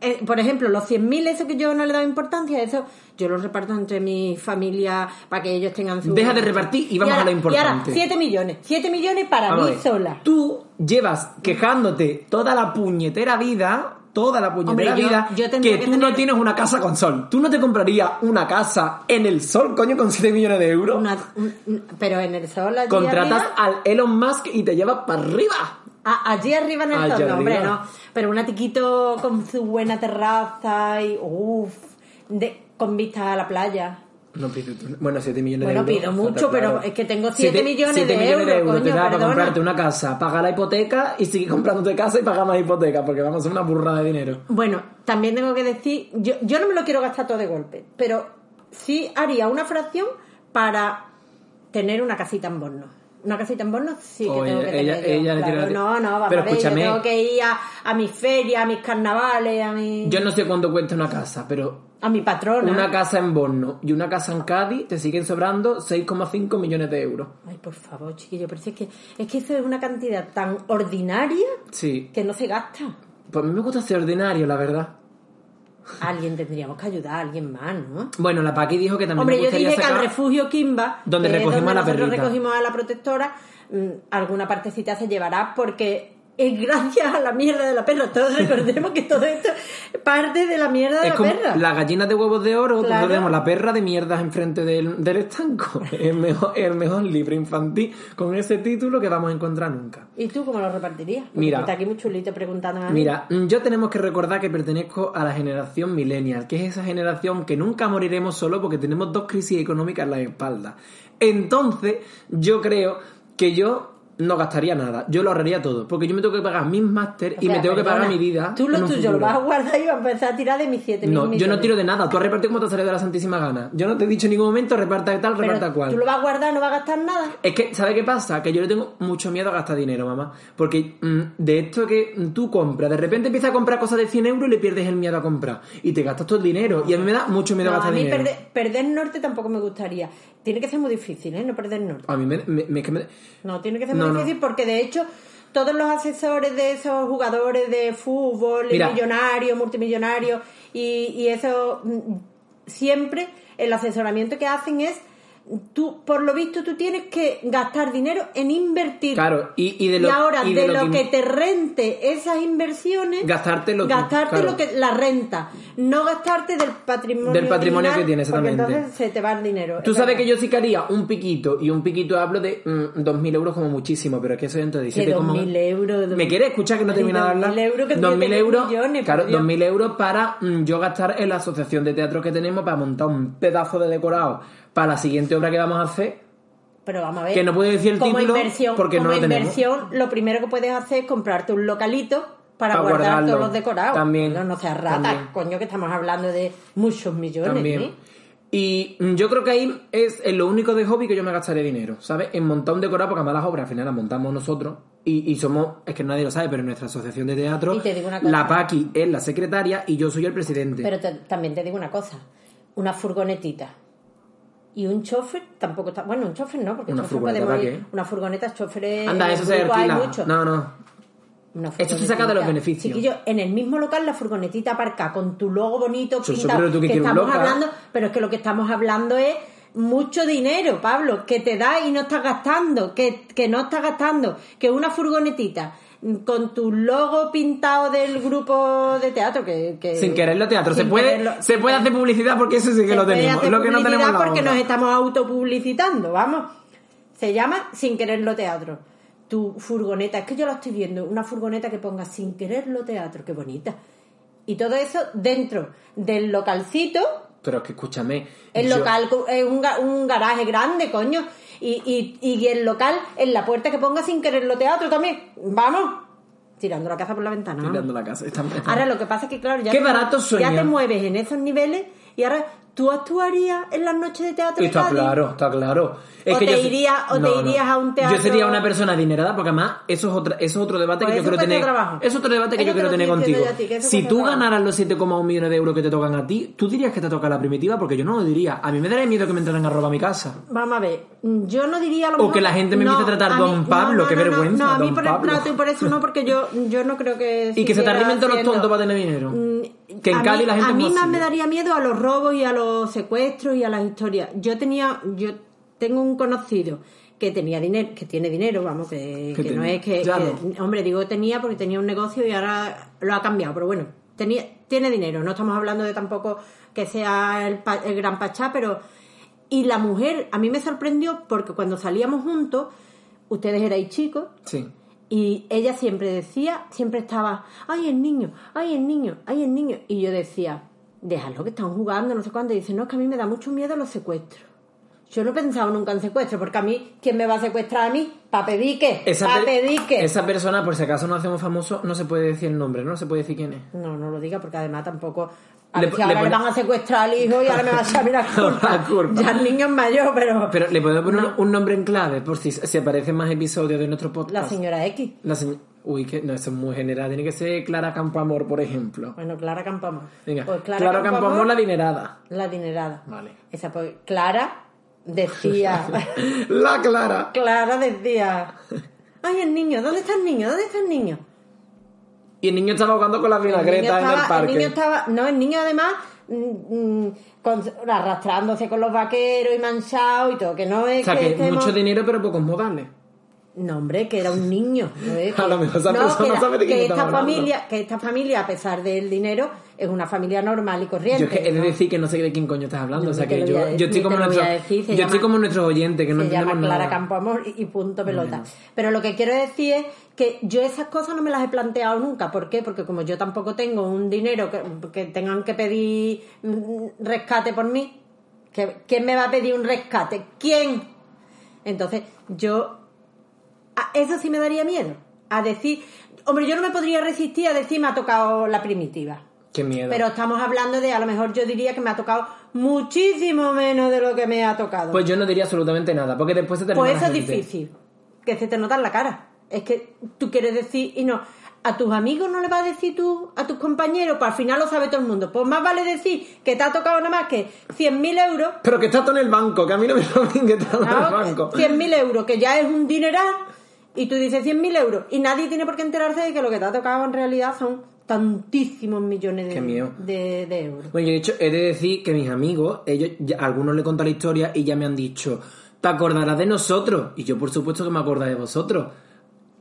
Speaker 2: Eh, por ejemplo, los 100.000, eso que yo no le daba importancia, eso yo los reparto entre mi familia para que ellos tengan su...
Speaker 1: Deja de repartir y vamos
Speaker 2: ahora-
Speaker 1: a lo
Speaker 2: Y ahora,
Speaker 1: importante.
Speaker 2: 7 millones. 7 millones para
Speaker 1: Vamos a
Speaker 2: mí
Speaker 1: ver.
Speaker 2: sola.
Speaker 1: Tú llevas quejándote toda la puñetera vida, toda la puñetera
Speaker 2: Hombre, yo-
Speaker 1: vida,
Speaker 2: yo
Speaker 1: que,
Speaker 2: tendría que
Speaker 1: tú no
Speaker 2: tener-
Speaker 1: tienes una casa con sol. Tú no te comprarías una casa en el sol, coño, con 7 millones de euros.
Speaker 2: Una- un- un- pero en el sol allí
Speaker 1: Contratas al
Speaker 2: arriba,
Speaker 1: Elon Musk y te llevas para arriba.
Speaker 2: Ah, allí arriba en el
Speaker 1: Allí
Speaker 2: torno, hombre,
Speaker 1: arriba.
Speaker 2: no. Pero un atiquito con su buena terraza y. uff, con vista a la playa.
Speaker 1: No pido tú- Bueno, 7 millones
Speaker 2: Bueno,
Speaker 1: de euros. está
Speaker 2: pido mucho, pero
Speaker 1: claro.
Speaker 2: es que tengo
Speaker 1: Siete-
Speaker 2: 7 millones,
Speaker 1: siete
Speaker 2: de,
Speaker 1: millones
Speaker 2: euros,
Speaker 1: te da
Speaker 2: coño,
Speaker 1: para
Speaker 2: perdona.
Speaker 1: comprarte una casa, pagar la hipoteca y seguir comprándote casa y pagar más hipoteca, porque vamos a hacer una burrada de dinero.
Speaker 2: Bueno, también tengo que decir, yo, yo no me lo quiero gastar todo de golpe, pero sí haría una fracción para tener una casita en Borno. Una casita en Borno sí que
Speaker 1: Oh, ella-
Speaker 2: tengo que tener
Speaker 1: ella-
Speaker 2: yo,
Speaker 1: ella le
Speaker 2: claro.
Speaker 1: tiene la-
Speaker 2: No, no, vamos
Speaker 1: Pero
Speaker 2: a ver, yo
Speaker 1: escúchame.
Speaker 2: tengo que ir a, a mis ferias, a mis carnavales, a mi,
Speaker 1: Yo no sé cuánto cuesta una casa, pero
Speaker 2: a mi patrona.
Speaker 1: una casa en Borno y una casa en Cádiz te siguen sobrando 6,5 millones de euros.
Speaker 2: Ay, por favor, chiquillo, pero si es que, es que eso es una cantidad tan ordinaria
Speaker 1: Sí.
Speaker 2: que no se gasta.
Speaker 1: Pues a mí me gusta ser ordinario, la verdad.
Speaker 2: A alguien tendríamos que ayudar, a alguien más, ¿no?
Speaker 1: Bueno, la Paqui dijo que también
Speaker 2: Hombre,
Speaker 1: le
Speaker 2: yo
Speaker 1: gustaría
Speaker 2: dije que
Speaker 1: sacar...
Speaker 2: al refugio Kimba,
Speaker 1: Donde
Speaker 2: que es
Speaker 1: recogemos a la
Speaker 2: nosotros
Speaker 1: perrita.
Speaker 2: recogimos a la protectora, mm, alguna partecita se llevará porque es gracias a la mierda de la perra. Todos recordemos que todo esto parte de la mierda de
Speaker 1: es
Speaker 2: la
Speaker 1: como
Speaker 2: perra.
Speaker 1: las gallinas de huevos de oro,
Speaker 2: Claro.
Speaker 1: donde tenemos la perra de mierdas enfrente del, del estanco. el, mejor, el mejor libro infantil con ese título que vamos a encontrar nunca.
Speaker 2: ¿Y tú cómo lo repartirías? Porque
Speaker 1: Mira.
Speaker 2: Está aquí muy chulito preguntándome a mí.
Speaker 1: Mira, mm, yo tenemos que recordar que pertenezco a la generación millennial, que es esa generación que nunca moriremos solo porque tenemos dos crisis económicas en la espalda. Entonces, yo creo que yo no gastaría nada, yo lo ahorraría todo, porque yo me tengo que pagar mis máster
Speaker 2: O
Speaker 1: y
Speaker 2: sea,
Speaker 1: me tengo que pagar mi
Speaker 2: perdona,
Speaker 1: vida.
Speaker 2: Tú lo
Speaker 1: en un
Speaker 2: tuyo lo
Speaker 1: futuro.
Speaker 2: vas a guardar y vas a empezar a tirar de mis 7
Speaker 1: No, yo no tiro de nada, tú has repartido como te sale de la santísima gana. Yo no te he dicho en ningún momento reparta tal, reparta cual.
Speaker 2: Tú lo vas a guardar, no vas a gastar nada.
Speaker 1: Es que, ¿sabes qué pasa? Que yo le tengo mucho miedo a gastar dinero, mamá. Porque mm, de esto que mm, tú compras, de repente empiezas a comprar cosas de 100 euros y le pierdes el miedo a comprar. Y te gastas todo el dinero. Y a mí me da mucho miedo a
Speaker 2: No, a
Speaker 1: gastar
Speaker 2: mí
Speaker 1: dinero.
Speaker 2: perder, perder norte tampoco me gustaría. Tiene que ser muy difícil, ¿eh? No perder norte.
Speaker 1: A mí me, me- me- es que me-
Speaker 2: No, tiene que ser muy
Speaker 1: No, no.
Speaker 2: difícil porque de hecho todos los asesores de esos jugadores de fútbol,
Speaker 1: Mira.
Speaker 2: millonarios, multimillonarios y, y eso mm, siempre el asesoramiento que hacen es tú por lo visto tú tienes que gastar dinero en invertir.
Speaker 1: Claro, y, y de
Speaker 2: Y
Speaker 1: lo,
Speaker 2: ahora,
Speaker 1: y
Speaker 2: de, lo que... te rente esas inversiones,
Speaker 1: Gastártelo tú,
Speaker 2: gastarte
Speaker 1: claro.
Speaker 2: lo que la renta, no gastarte del patrimonio
Speaker 1: Del patrimonio que tienes,
Speaker 2: porque
Speaker 1: exactamente.
Speaker 2: entonces se te va el dinero.
Speaker 1: Tú
Speaker 2: es
Speaker 1: sabes
Speaker 2: verdad.
Speaker 1: que yo sí que haría un piquito, y un piquito hablo de mm, 2.000 euros como muchísimo, pero es que eso dentro de
Speaker 2: Que
Speaker 1: 17, como-
Speaker 2: 2.000 euros.
Speaker 1: ¿Me quieres escuchar que no he
Speaker 2: Ay,
Speaker 1: terminado de hablar?
Speaker 2: 2.000 euros que tú ya
Speaker 1: 2.000
Speaker 2: tienes
Speaker 1: euros,
Speaker 2: millones, por
Speaker 1: claro,
Speaker 2: Dios.
Speaker 1: 2.000 euros para mm, yo gastar en la asociación de teatro que tenemos para montar un pedazo de decorado para la siguiente obra que vamos a hacer.
Speaker 2: Pero vamos a ver.
Speaker 1: Que no puede decir el
Speaker 2: como
Speaker 1: título
Speaker 2: inversión,
Speaker 1: porque no
Speaker 2: como
Speaker 1: lo tenemos.
Speaker 2: inversión, lo primero que puedes hacer es comprarte un localito para
Speaker 1: Para
Speaker 2: guardar
Speaker 1: guardarlo.
Speaker 2: todos los decorados.
Speaker 1: También,
Speaker 2: No, no seas rata,
Speaker 1: también.
Speaker 2: coño, que estamos hablando de muchos millones.
Speaker 1: También.
Speaker 2: ¿eh?
Speaker 1: Y mm, yo creo que ahí es en lo único de hobby que yo me gastaré dinero, ¿sabes? En montar un decorado, porque además las obras al final las montamos nosotros. Y, y somos, es que nadie lo sabe, pero en nuestra asociación de teatro,
Speaker 2: Y te digo una cosa.
Speaker 1: la Paqui es la secretaria y yo soy el presidente.
Speaker 2: Pero te- también te digo una cosa: una furgonetita. Y un chofer tampoco está. Bueno, un chofer no, porque
Speaker 1: Una
Speaker 2: chofer
Speaker 1: furgoneta,
Speaker 2: podemos
Speaker 1: ¿para
Speaker 2: ir-
Speaker 1: qué?
Speaker 2: Una furgoneta, choferes.
Speaker 1: Anda, eso se
Speaker 2: grupos hay
Speaker 1: alquila.
Speaker 2: muchos.
Speaker 1: No, no.
Speaker 2: Una
Speaker 1: Esto se saca de los
Speaker 2: furgonetita.
Speaker 1: beneficios.
Speaker 2: Chiquillo, en el mismo local la furgonetita aparca con tu logo bonito,
Speaker 1: Sí, sí,
Speaker 2: pintado,
Speaker 1: pero tú que
Speaker 2: que
Speaker 1: quieres un
Speaker 2: estamos
Speaker 1: local.
Speaker 2: hablando, pero es que lo que estamos hablando es mucho dinero, Pablo, que te da y no estás gastando, que, que no estás gastando, que una furgonetita mm, con tu logo pintado del grupo de teatro que, que-
Speaker 1: Sin querer los teatros. Se
Speaker 2: sin
Speaker 1: puede,
Speaker 2: quererlo-
Speaker 1: se puede hacer publicidad porque eso sí que
Speaker 2: se
Speaker 1: lo
Speaker 2: puede
Speaker 1: tenemos.
Speaker 2: hacer
Speaker 1: Lo que no
Speaker 2: publicidad
Speaker 1: tenemos la
Speaker 2: porque
Speaker 1: obra.
Speaker 2: nos estamos autopublicitando, vamos. Se llama Sin Quererlo Teatro. Tu furgoneta, es que yo la estoy viendo, una furgoneta que ponga Sin Quererlo Teatro, qué bonita. Y todo eso dentro del localcito,
Speaker 1: Pero es que escúchame.
Speaker 2: el
Speaker 1: yo-
Speaker 2: local es un, ga- un garaje grande, coño. Y, y, y el local en la puerta que ponga Sin Quererlo Teatro también, vamos. Tirando la casa por la ventana.
Speaker 1: Estoy
Speaker 2: vamos.
Speaker 1: dando la casa. Está- está-
Speaker 2: Ahora lo que pasa es que, claro, ya,
Speaker 1: Qué
Speaker 2: te,
Speaker 1: barato
Speaker 2: ya
Speaker 1: sueña.
Speaker 2: te mueves en esos niveles y ahora tú actuarías en las noches de teatro. de
Speaker 1: Está
Speaker 2: Cádiz?
Speaker 1: claro, está claro.
Speaker 2: O te
Speaker 1: se-
Speaker 2: iría- o te irías a un teatro-
Speaker 1: Yo sería una persona adinerada porque además eso es, otra, eso es otro debate
Speaker 2: Pues
Speaker 1: que yo
Speaker 2: eso
Speaker 1: quiero
Speaker 2: cuesta
Speaker 1: tener.
Speaker 2: trabajo.
Speaker 1: Es otro debate que
Speaker 2: Eso
Speaker 1: yo
Speaker 2: te lo
Speaker 1: quiero tener
Speaker 2: estoy diciendo
Speaker 1: contigo.
Speaker 2: yo a ti, que eso
Speaker 1: si
Speaker 2: cuesta
Speaker 1: tú
Speaker 2: trabajo.
Speaker 1: ganaras los 7,1 millones de euros que te tocan a ti, tú dirías que te toca la primitiva porque yo no lo diría. A mí me daría miedo que me entraran a robar mi casa.
Speaker 2: Vamos a ver, mm, yo no diría a lo
Speaker 1: O que la gente me empiece a tratar Don Pablo, qué vergüenza,
Speaker 2: No, a mí
Speaker 1: Don
Speaker 2: por el
Speaker 1: Pablo.
Speaker 2: plato y por eso no, porque yo, yo no creo que.
Speaker 1: Y que se te
Speaker 2: siguiera
Speaker 1: arrimen todos los
Speaker 2: siendo-
Speaker 1: tontos para tener dinero.
Speaker 2: Mm,
Speaker 1: Que en
Speaker 2: a
Speaker 1: Cádiz
Speaker 2: mí-
Speaker 1: la gente
Speaker 2: a
Speaker 1: es
Speaker 2: mí
Speaker 1: más
Speaker 2: más
Speaker 1: así.
Speaker 2: me daría miedo a los robos y a los secuestros y a las historias yo tenía yo tengo un conocido que tenía dinero que tiene dinero vamos que,
Speaker 1: Que
Speaker 2: que no
Speaker 1: tenía,
Speaker 2: es que,
Speaker 1: ya
Speaker 2: que- hombre digo tenía porque tenía un negocio y ahora lo ha cambiado pero bueno tenía tiene dinero no estamos hablando de tampoco que sea el, pa- el gran pachá pero y la mujer a mí me sorprendió porque cuando salíamos juntos ustedes erais chicos
Speaker 1: Sí.
Speaker 2: Y ella siempre decía, siempre estaba, ay el niño, ay el niño, ay el niño. Y yo decía, déjalo que están jugando, no sé cuándo. Y dice, no, es que a mí me da mucho miedo los secuestros. Yo no he pensado nunca en secuestro, porque a mí, ¿quién me va a secuestrar a mí? Pa' pedir qué,
Speaker 1: Esa,
Speaker 2: pa'
Speaker 1: pe-
Speaker 2: pedir qué.
Speaker 1: esa persona, por si acaso no hacemos famoso, no se puede decir el nombre, no se puede decir quién es.
Speaker 2: No, no lo diga, porque además tampoco... A
Speaker 1: Le-
Speaker 2: ver si
Speaker 1: le
Speaker 2: ahora le
Speaker 1: pone-
Speaker 2: van a secuestrar al hijo y ahora me va a echar a mí la culpa.
Speaker 1: La culpa.
Speaker 2: Ya el niño es mayor, pero...
Speaker 1: Pero le podemos poner un, un nombre en clave por si se aparecen más episodios de nuestro podcast.
Speaker 2: La señora X.
Speaker 1: La señ- Uy, que no, eso es muy general. Tiene que ser Clara Campoamor, por ejemplo.
Speaker 2: Bueno, Clara Campoamor.
Speaker 1: Venga,
Speaker 2: Pues
Speaker 1: Clara, Campoamor, la adinerada.
Speaker 2: la adinerada.
Speaker 1: Vale.
Speaker 2: Esa, pues, Clara decía...
Speaker 1: la Clara.
Speaker 2: Clara decía... Ay, el niño, ¿dónde está el niño? ¿Dónde está el niño?
Speaker 1: Y el niño estaba jugando con las vinagretas en el parque.
Speaker 2: el niño estaba- no, el niño además mm, mm, con- arrastrándose con los vaqueros y manchado y todo, que no es
Speaker 1: o sea,
Speaker 2: que
Speaker 1: que
Speaker 2: estemos-
Speaker 1: mucho dinero, pero pocos modales.
Speaker 2: No, hombre, que era un niño. ¿no es?
Speaker 1: A lo mejor esa
Speaker 2: No,
Speaker 1: persona
Speaker 2: que era-
Speaker 1: sabe de quién
Speaker 2: que
Speaker 1: estamos
Speaker 2: esta
Speaker 1: hablando.
Speaker 2: familia, Que esta familia, a pesar del dinero, es una familia normal y corriente.
Speaker 1: Yo es que he de
Speaker 2: ¿no?
Speaker 1: decir que no sé de quién coño estás hablando.
Speaker 2: Yo
Speaker 1: o sea,
Speaker 2: ni te
Speaker 1: que
Speaker 2: lo
Speaker 1: yo,
Speaker 2: voy a
Speaker 1: yo estoy
Speaker 2: decir,
Speaker 1: como
Speaker 2: te lo voy a
Speaker 1: nuestros
Speaker 2: decir, se
Speaker 1: yo
Speaker 2: llama-
Speaker 1: estoy como nuestros oyentes, que no
Speaker 2: se llama
Speaker 1: entendemos
Speaker 2: Clara
Speaker 1: nada.
Speaker 2: Campoamor y, y punto pelota. Pero lo que quiero decir es que yo esas cosas no me las he planteado nunca. ¿Por qué? Porque como yo tampoco tengo un dinero que, que tengan que pedir mm, rescate por mí, que, ¿quién me va a pedir un rescate? ¿Quién? Entonces, yo... a- eso sí me daría miedo. A decir... Hombre, yo no me podría resistir a decir me ha tocado la primitiva.
Speaker 1: Qué miedo.
Speaker 2: Pero estamos hablando de, a lo mejor yo diría que me ha tocado muchísimo menos de lo que me ha tocado.
Speaker 1: Pues yo no diría absolutamente nada, porque después se te
Speaker 2: Pues
Speaker 1: anima
Speaker 2: eso
Speaker 1: la
Speaker 2: es
Speaker 1: gente.
Speaker 2: difícil. Que se te nota en la cara. Es que tú quieres decir y no. A tus amigos no le vas a decir tú, a tus compañeros, pues al final lo sabe todo el mundo. Pues más vale decir que te ha tocado nada más que 100.000 euros,
Speaker 1: Pero que está todo en el banco, que a mí no me lo ven que está todo en el banco.
Speaker 2: ¿no? 100.000 euros, que ya es un dineral, y tú dices 100.000 euros, y nadie tiene por qué enterarse de que lo que te ha tocado en realidad son tantísimos millones
Speaker 1: Qué miedo.
Speaker 2: de, de, de euros.
Speaker 1: Bueno, yo de hecho he de decir que mis amigos, ellos, ya- algunos le he contado la historia y ya me han dicho, te acordarás de nosotros. Y yo por supuesto que me acordaré de vosotros.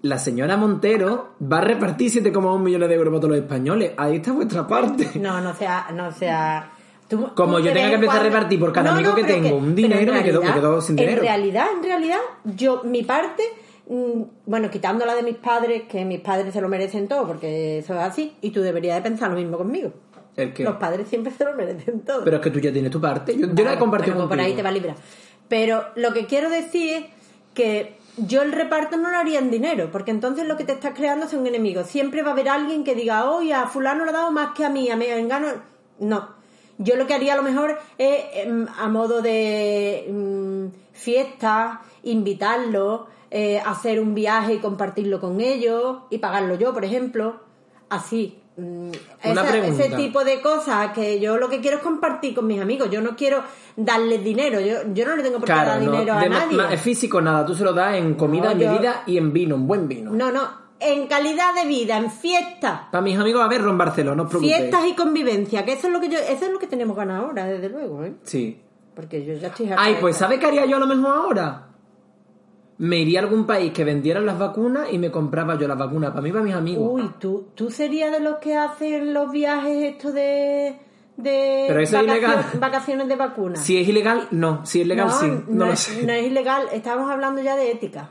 Speaker 1: La señora Montero va a repartir 7,1 millones de euros para todos los españoles. Ahí está vuestra parte.
Speaker 2: No, no sea, no sea. tú-
Speaker 1: Como
Speaker 2: tú
Speaker 1: yo
Speaker 2: de
Speaker 1: tenga
Speaker 2: vez
Speaker 1: que
Speaker 2: en
Speaker 1: empezar a
Speaker 2: cuando-
Speaker 1: repartir por cada amigo que
Speaker 2: pero
Speaker 1: tengo un
Speaker 2: pero en
Speaker 1: dinero, me quedo- me
Speaker 2: realidad-
Speaker 1: quedo sin dinero.
Speaker 2: En realidad, en realidad, yo, mi parte, mm, bueno, quitándola de mis padres, que mis padres se lo merecen todo, porque eso es así, y tú deberías de pensar lo mismo conmigo.
Speaker 1: ¿El qué?
Speaker 2: Los padres siempre se lo merecen todo.
Speaker 1: Pero es que tú ya tienes tu parte. Yo, yo la he
Speaker 2: Vale,
Speaker 1: compartido
Speaker 2: bueno, pues
Speaker 1: contigo.
Speaker 2: Por ahí te va a librar. Pero lo que quiero decir es que yo el reparto no lo haría en dinero, porque entonces lo que te estás creando son enemigos. Siempre va a haber alguien que diga, oye, a fulano le ha dado más que a mí, a mí engano. No. Yo lo que haría a lo mejor es em, a modo de mm, fiesta, invitarlo, eh, hacer un viaje y compartirlo con ellos, y pagarlo yo, por ejemplo. Así. mm,
Speaker 1: Una
Speaker 2: esa- ese
Speaker 1: pregunta.
Speaker 2: tipo de cosas que yo lo que quiero es compartir con mis amigos. Yo no quiero darles dinero. Yo, yo no le tengo por qué
Speaker 1: Claro,
Speaker 2: dar
Speaker 1: no.
Speaker 2: dinero a
Speaker 1: de ma-
Speaker 2: nadie.
Speaker 1: ma- físico nada, tú se lo das en comida,
Speaker 2: No,
Speaker 1: en
Speaker 2: yo-
Speaker 1: bebida y en vino, en buen vino.
Speaker 2: No, no. En calidad de vida, en fiestas.
Speaker 1: Para mis amigos, a ver, en Barcelona, no os preocupéis.
Speaker 2: Fiestas y convivencia, que eso es lo que yo, eso es lo que tenemos ganado ahora, desde luego, ¿eh?
Speaker 1: Sí.
Speaker 2: Porque yo ya estoy harta
Speaker 1: Ay,
Speaker 2: de
Speaker 1: pues
Speaker 2: esto.
Speaker 1: ¿sabe qué haría yo a lo mejor ahora? Me iría a algún país que vendieran las vacunas y me compraba yo las vacunas para mí y para mis amigos.
Speaker 2: Uy, tú, tú serías de los que hacen los viajes esto de de
Speaker 1: Pero eso es ilegal.
Speaker 2: vacaciones de vacunas.
Speaker 1: Si es ilegal, no. Si es legal,
Speaker 2: no,
Speaker 1: sí.
Speaker 2: no
Speaker 1: No, lo
Speaker 2: es,
Speaker 1: sé.
Speaker 2: no es ilegal, estábamos hablando ya de ética.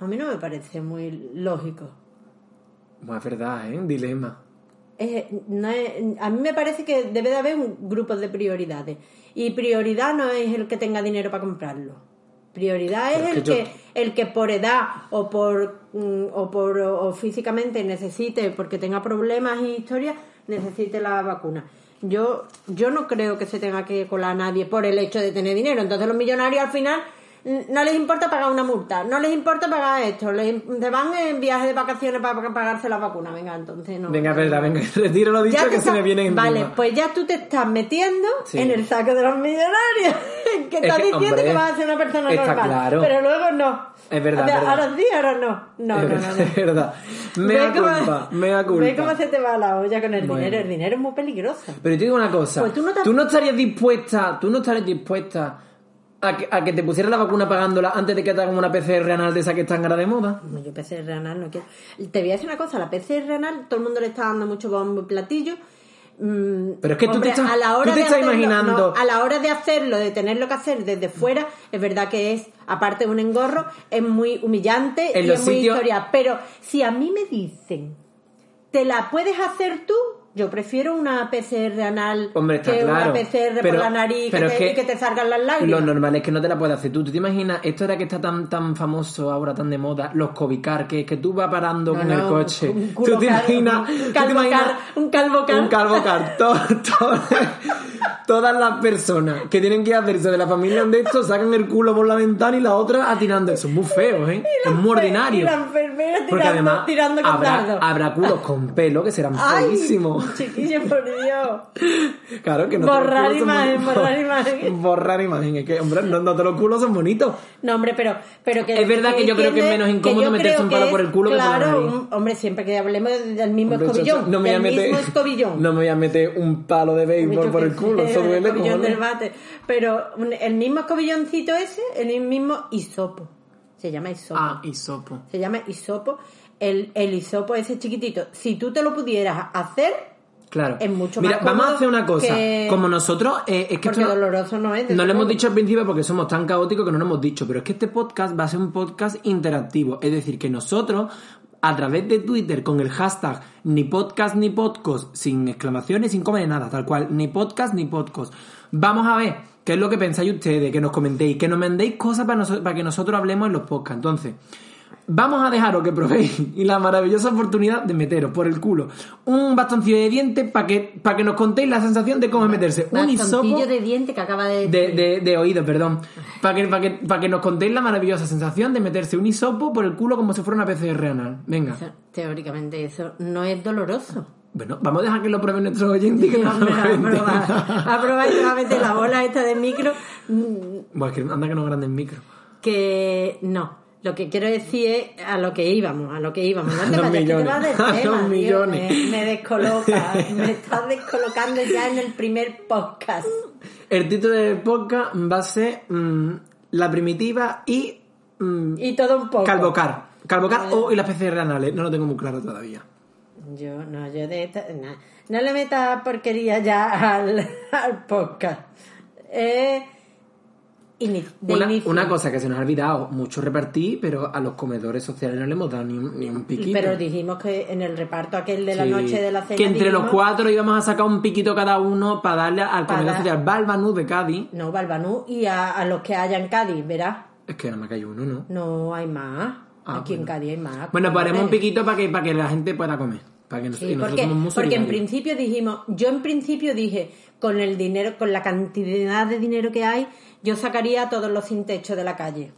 Speaker 2: A mí no me parece muy lógico.
Speaker 1: Bueno, es verdad, ¿eh? Un dilema.
Speaker 2: Es- no es- a mí me parece que debe de haber un grupo de prioridades. Y prioridad no es el que tenga dinero para comprarlo. Prioridad es,
Speaker 1: Pero es
Speaker 2: el,
Speaker 1: que yo-
Speaker 2: que, el que por edad o por, mm, o por o físicamente necesite, porque tenga problemas y historias, necesite la vacuna. Yo, yo no creo que se tenga que colar a nadie por el hecho de tener dinero. Entonces los millonarios al final mm, no les importa pagar una multa, no les importa pagar esto, les, im- se van en viaje de vacaciones para para pagarse la vacuna. Venga, entonces no.
Speaker 1: Venga, es verdad, venga, retiro lo dicho
Speaker 2: Ya
Speaker 1: que
Speaker 2: te
Speaker 1: se
Speaker 2: está-
Speaker 1: me viene encima.
Speaker 2: Vale, pues ya tú te estás metiendo
Speaker 1: Sí.
Speaker 2: en el saco de los millonarios. que
Speaker 1: Es
Speaker 2: estás
Speaker 1: que,
Speaker 2: diciendo
Speaker 1: hombre,
Speaker 2: que vas a ser una persona
Speaker 1: está
Speaker 2: normal.
Speaker 1: claro.
Speaker 2: Pero luego no.
Speaker 1: Es verdad,
Speaker 2: O sea,
Speaker 1: es verdad.
Speaker 2: Ahora sí, ahora no. No,
Speaker 1: es
Speaker 2: no, no,
Speaker 1: verdad,
Speaker 2: no.
Speaker 1: es verdad. Mea
Speaker 2: Ve cómo-
Speaker 1: culpa, mea culpa.
Speaker 2: Ve cómo se te va la olla con el
Speaker 1: Bueno.
Speaker 2: dinero. El dinero es muy peligroso.
Speaker 1: Pero yo te digo una cosa.
Speaker 2: Pues tú no te-
Speaker 1: estarías dispuesta, tú no estarías dispuesta a que, a que te pusieran la vacuna pagándola antes de que te hagan una PCR anal de esa que está en de moda.
Speaker 2: Como yo PCR anal no quiero. Te voy a decir una cosa, la PCR anal, todo el mundo le está dando mucho bombo y platillo. Mm,
Speaker 1: Pero es que tú te
Speaker 2: Hombre,
Speaker 1: estás-
Speaker 2: a la hora
Speaker 1: tú te
Speaker 2: de
Speaker 1: estás
Speaker 2: hacerlo-
Speaker 1: imaginando-
Speaker 2: no, a la hora de hacerlo, de tenerlo que hacer desde fuera, es verdad que es, aparte de un engorro, es muy humillante
Speaker 1: En
Speaker 2: y
Speaker 1: los
Speaker 2: es muy
Speaker 1: sitios-
Speaker 2: historia. Pero si a mí me dicen, ¿te la puedes hacer tú? Yo prefiero una PCR anal
Speaker 1: Hombre, está
Speaker 2: que
Speaker 1: claro.
Speaker 2: una PCR
Speaker 1: Pero-
Speaker 2: por la nariz
Speaker 1: pero
Speaker 2: que,
Speaker 1: es
Speaker 2: te,
Speaker 1: que
Speaker 2: y que te salgan las
Speaker 1: Lo
Speaker 2: lágrimas.
Speaker 1: normal es que no te la puedas hacer tú. ¿Tú te imaginas? Esto era que está tan tan famoso ahora, tan de moda, los cobicar, que es que tú vas parando
Speaker 2: No,
Speaker 1: con el
Speaker 2: no,
Speaker 1: coche.
Speaker 2: un culo
Speaker 1: ¿Tú te
Speaker 2: car-
Speaker 1: imaginas?
Speaker 2: un
Speaker 1: tú te
Speaker 2: calvo
Speaker 1: imaginas-
Speaker 2: car- un calvo car.
Speaker 1: Un calvo car. To- to- todas las personas que tienen que hacerse de la familia de esto sacan el culo por la ventana y la otra atirando. Eso es muy feo, ¿eh? Es muy
Speaker 2: Y
Speaker 1: ordinario.
Speaker 2: la enfermera tirando,
Speaker 1: Porque además
Speaker 2: tirando con
Speaker 1: habrá,
Speaker 2: dardo.
Speaker 1: habrá culos con pelo que serán
Speaker 2: ¡Ay!
Speaker 1: feísimos.
Speaker 2: Chiquillo, por Dios.
Speaker 1: Claro que no
Speaker 2: Borrar
Speaker 1: todos los culos son
Speaker 2: imagen,
Speaker 1: bonitos.
Speaker 2: borrar imagen.
Speaker 1: Borrar imagen. Es que, hombre, no, no todos los culos son bonitos.
Speaker 2: No, hombre, pero, pero que...
Speaker 1: Es verdad que yo creo que es
Speaker 2: entiende
Speaker 1: menos incómodo
Speaker 2: yo
Speaker 1: meterse
Speaker 2: creo
Speaker 1: un palo
Speaker 2: que
Speaker 1: por el culo que por la
Speaker 2: claro,
Speaker 1: nariz.
Speaker 2: un- hombre, siempre que hablemos del mismo
Speaker 1: Hombre, eso-
Speaker 2: escobillón.
Speaker 1: eso- no me voy a
Speaker 2: del
Speaker 1: meter,
Speaker 2: mismo escobillón.
Speaker 1: No me voy a meter un palo de béisbol
Speaker 2: Yo
Speaker 1: por
Speaker 2: qué
Speaker 1: el culo.
Speaker 2: sé,
Speaker 1: Eso
Speaker 2: el
Speaker 1: duele
Speaker 2: escobillón
Speaker 1: como.
Speaker 2: del bate. Pero un- el mismo escobilloncito ese, el mismo hisopo. Se llama hisopo.
Speaker 1: Ah, hisopo.
Speaker 2: Se llama hisopo. El, el hisopo ese chiquitito. Si tú te lo pudieras hacer...
Speaker 1: Claro.
Speaker 2: Es mucho
Speaker 1: Mira,
Speaker 2: más
Speaker 1: vamos a
Speaker 2: cómodo
Speaker 1: hacer una cosa.
Speaker 2: que-
Speaker 1: Como nosotros, eh, es que esto
Speaker 2: Porque
Speaker 1: no-
Speaker 2: doloroso no es. desde
Speaker 1: No lo hemos
Speaker 2: luego.
Speaker 1: dicho al principio porque somos tan caóticos que no lo hemos dicho, pero es que este podcast va a ser un podcast interactivo. Es decir, que nosotros, a través de Twitter, con el hashtag ni podcast ni podcast, sin exclamaciones, sin comer nada, tal cual, ni podcast ni podcast, vamos a ver qué es lo que pensáis ustedes, que nos comentéis, que nos mandéis cosas para, noso- para que nosotros hablemos en los podcasts. Entonces, Vamos a dejaros que probéis y la maravillosa oportunidad de meteros por el culo un bastoncillo de diente para que, para que nos contéis la sensación de cómo es meterse un hisopo
Speaker 2: Bastoncillo de diente que acaba de...
Speaker 1: de, de, de oído, perdón. Para que, pa' que, pa' que nos contéis la maravillosa sensación de meterse un hisopo por el culo como si fuera una PCR anal. Venga.
Speaker 2: Eso, Teóricamente eso no es doloroso.
Speaker 1: Bueno, vamos a dejar que lo prueben nuestros oyentes. y que nos lo
Speaker 2: Hombre, a
Speaker 1: cuenten.
Speaker 2: probar, a probar y te va a meter la bola esta de micro. mm,
Speaker 1: Buah, es que anda que no grande el micro.
Speaker 2: Que no. Lo que quiero decir es a lo que íbamos, a lo que íbamos. No
Speaker 1: A
Speaker 2: te
Speaker 1: los
Speaker 2: vayas, que te
Speaker 1: millones,
Speaker 2: vas del
Speaker 1: a los
Speaker 2: tema, tío,
Speaker 1: millones.
Speaker 2: Me, me descoloca, me estás descolocando ya en el primer podcast.
Speaker 1: El título del podcast va a ser mm, La primitiva y mm,
Speaker 2: Y todo un poco.
Speaker 1: Calvocar. Calvocar o y las PCR anales. No lo tengo muy claro todavía.
Speaker 2: Yo, no, yo de esta, na. no le meta porquería ya al, al podcast. Eh, ini- de
Speaker 1: Una,
Speaker 2: inicio.
Speaker 1: una cosa que se nos ha olvidado mucho repartir, pero a los comedores sociales no le hemos dado ni un, ni un piquito.
Speaker 2: Pero dijimos que en el reparto aquel de la
Speaker 1: Sí.
Speaker 2: noche de la cena.
Speaker 1: Que entre los
Speaker 2: dijimos-
Speaker 1: cuatro íbamos a sacar un piquito cada uno para darle al
Speaker 2: Para
Speaker 1: comedor
Speaker 2: dar-
Speaker 1: social Balbanú de Cádiz.
Speaker 2: No, Balbanú y a, a los que haya en Cádiz, verás.
Speaker 1: Es que nada más que hay uno, ¿no?
Speaker 2: No hay más.
Speaker 1: Ah,
Speaker 2: Aquí en
Speaker 1: bueno.
Speaker 2: Cádiz hay más.
Speaker 1: Bueno, pues haremos un
Speaker 2: cojones.
Speaker 1: piquito para que, para que la gente pueda comer. Para que nos,
Speaker 2: Sí,
Speaker 1: y nosotros
Speaker 2: porque,
Speaker 1: somos muy
Speaker 2: porque en
Speaker 1: solidarios.
Speaker 2: principio dijimos, yo en principio dije, con el dinero, con la cantidad de dinero que hay, yo sacaría a todos los sin techo de la calle.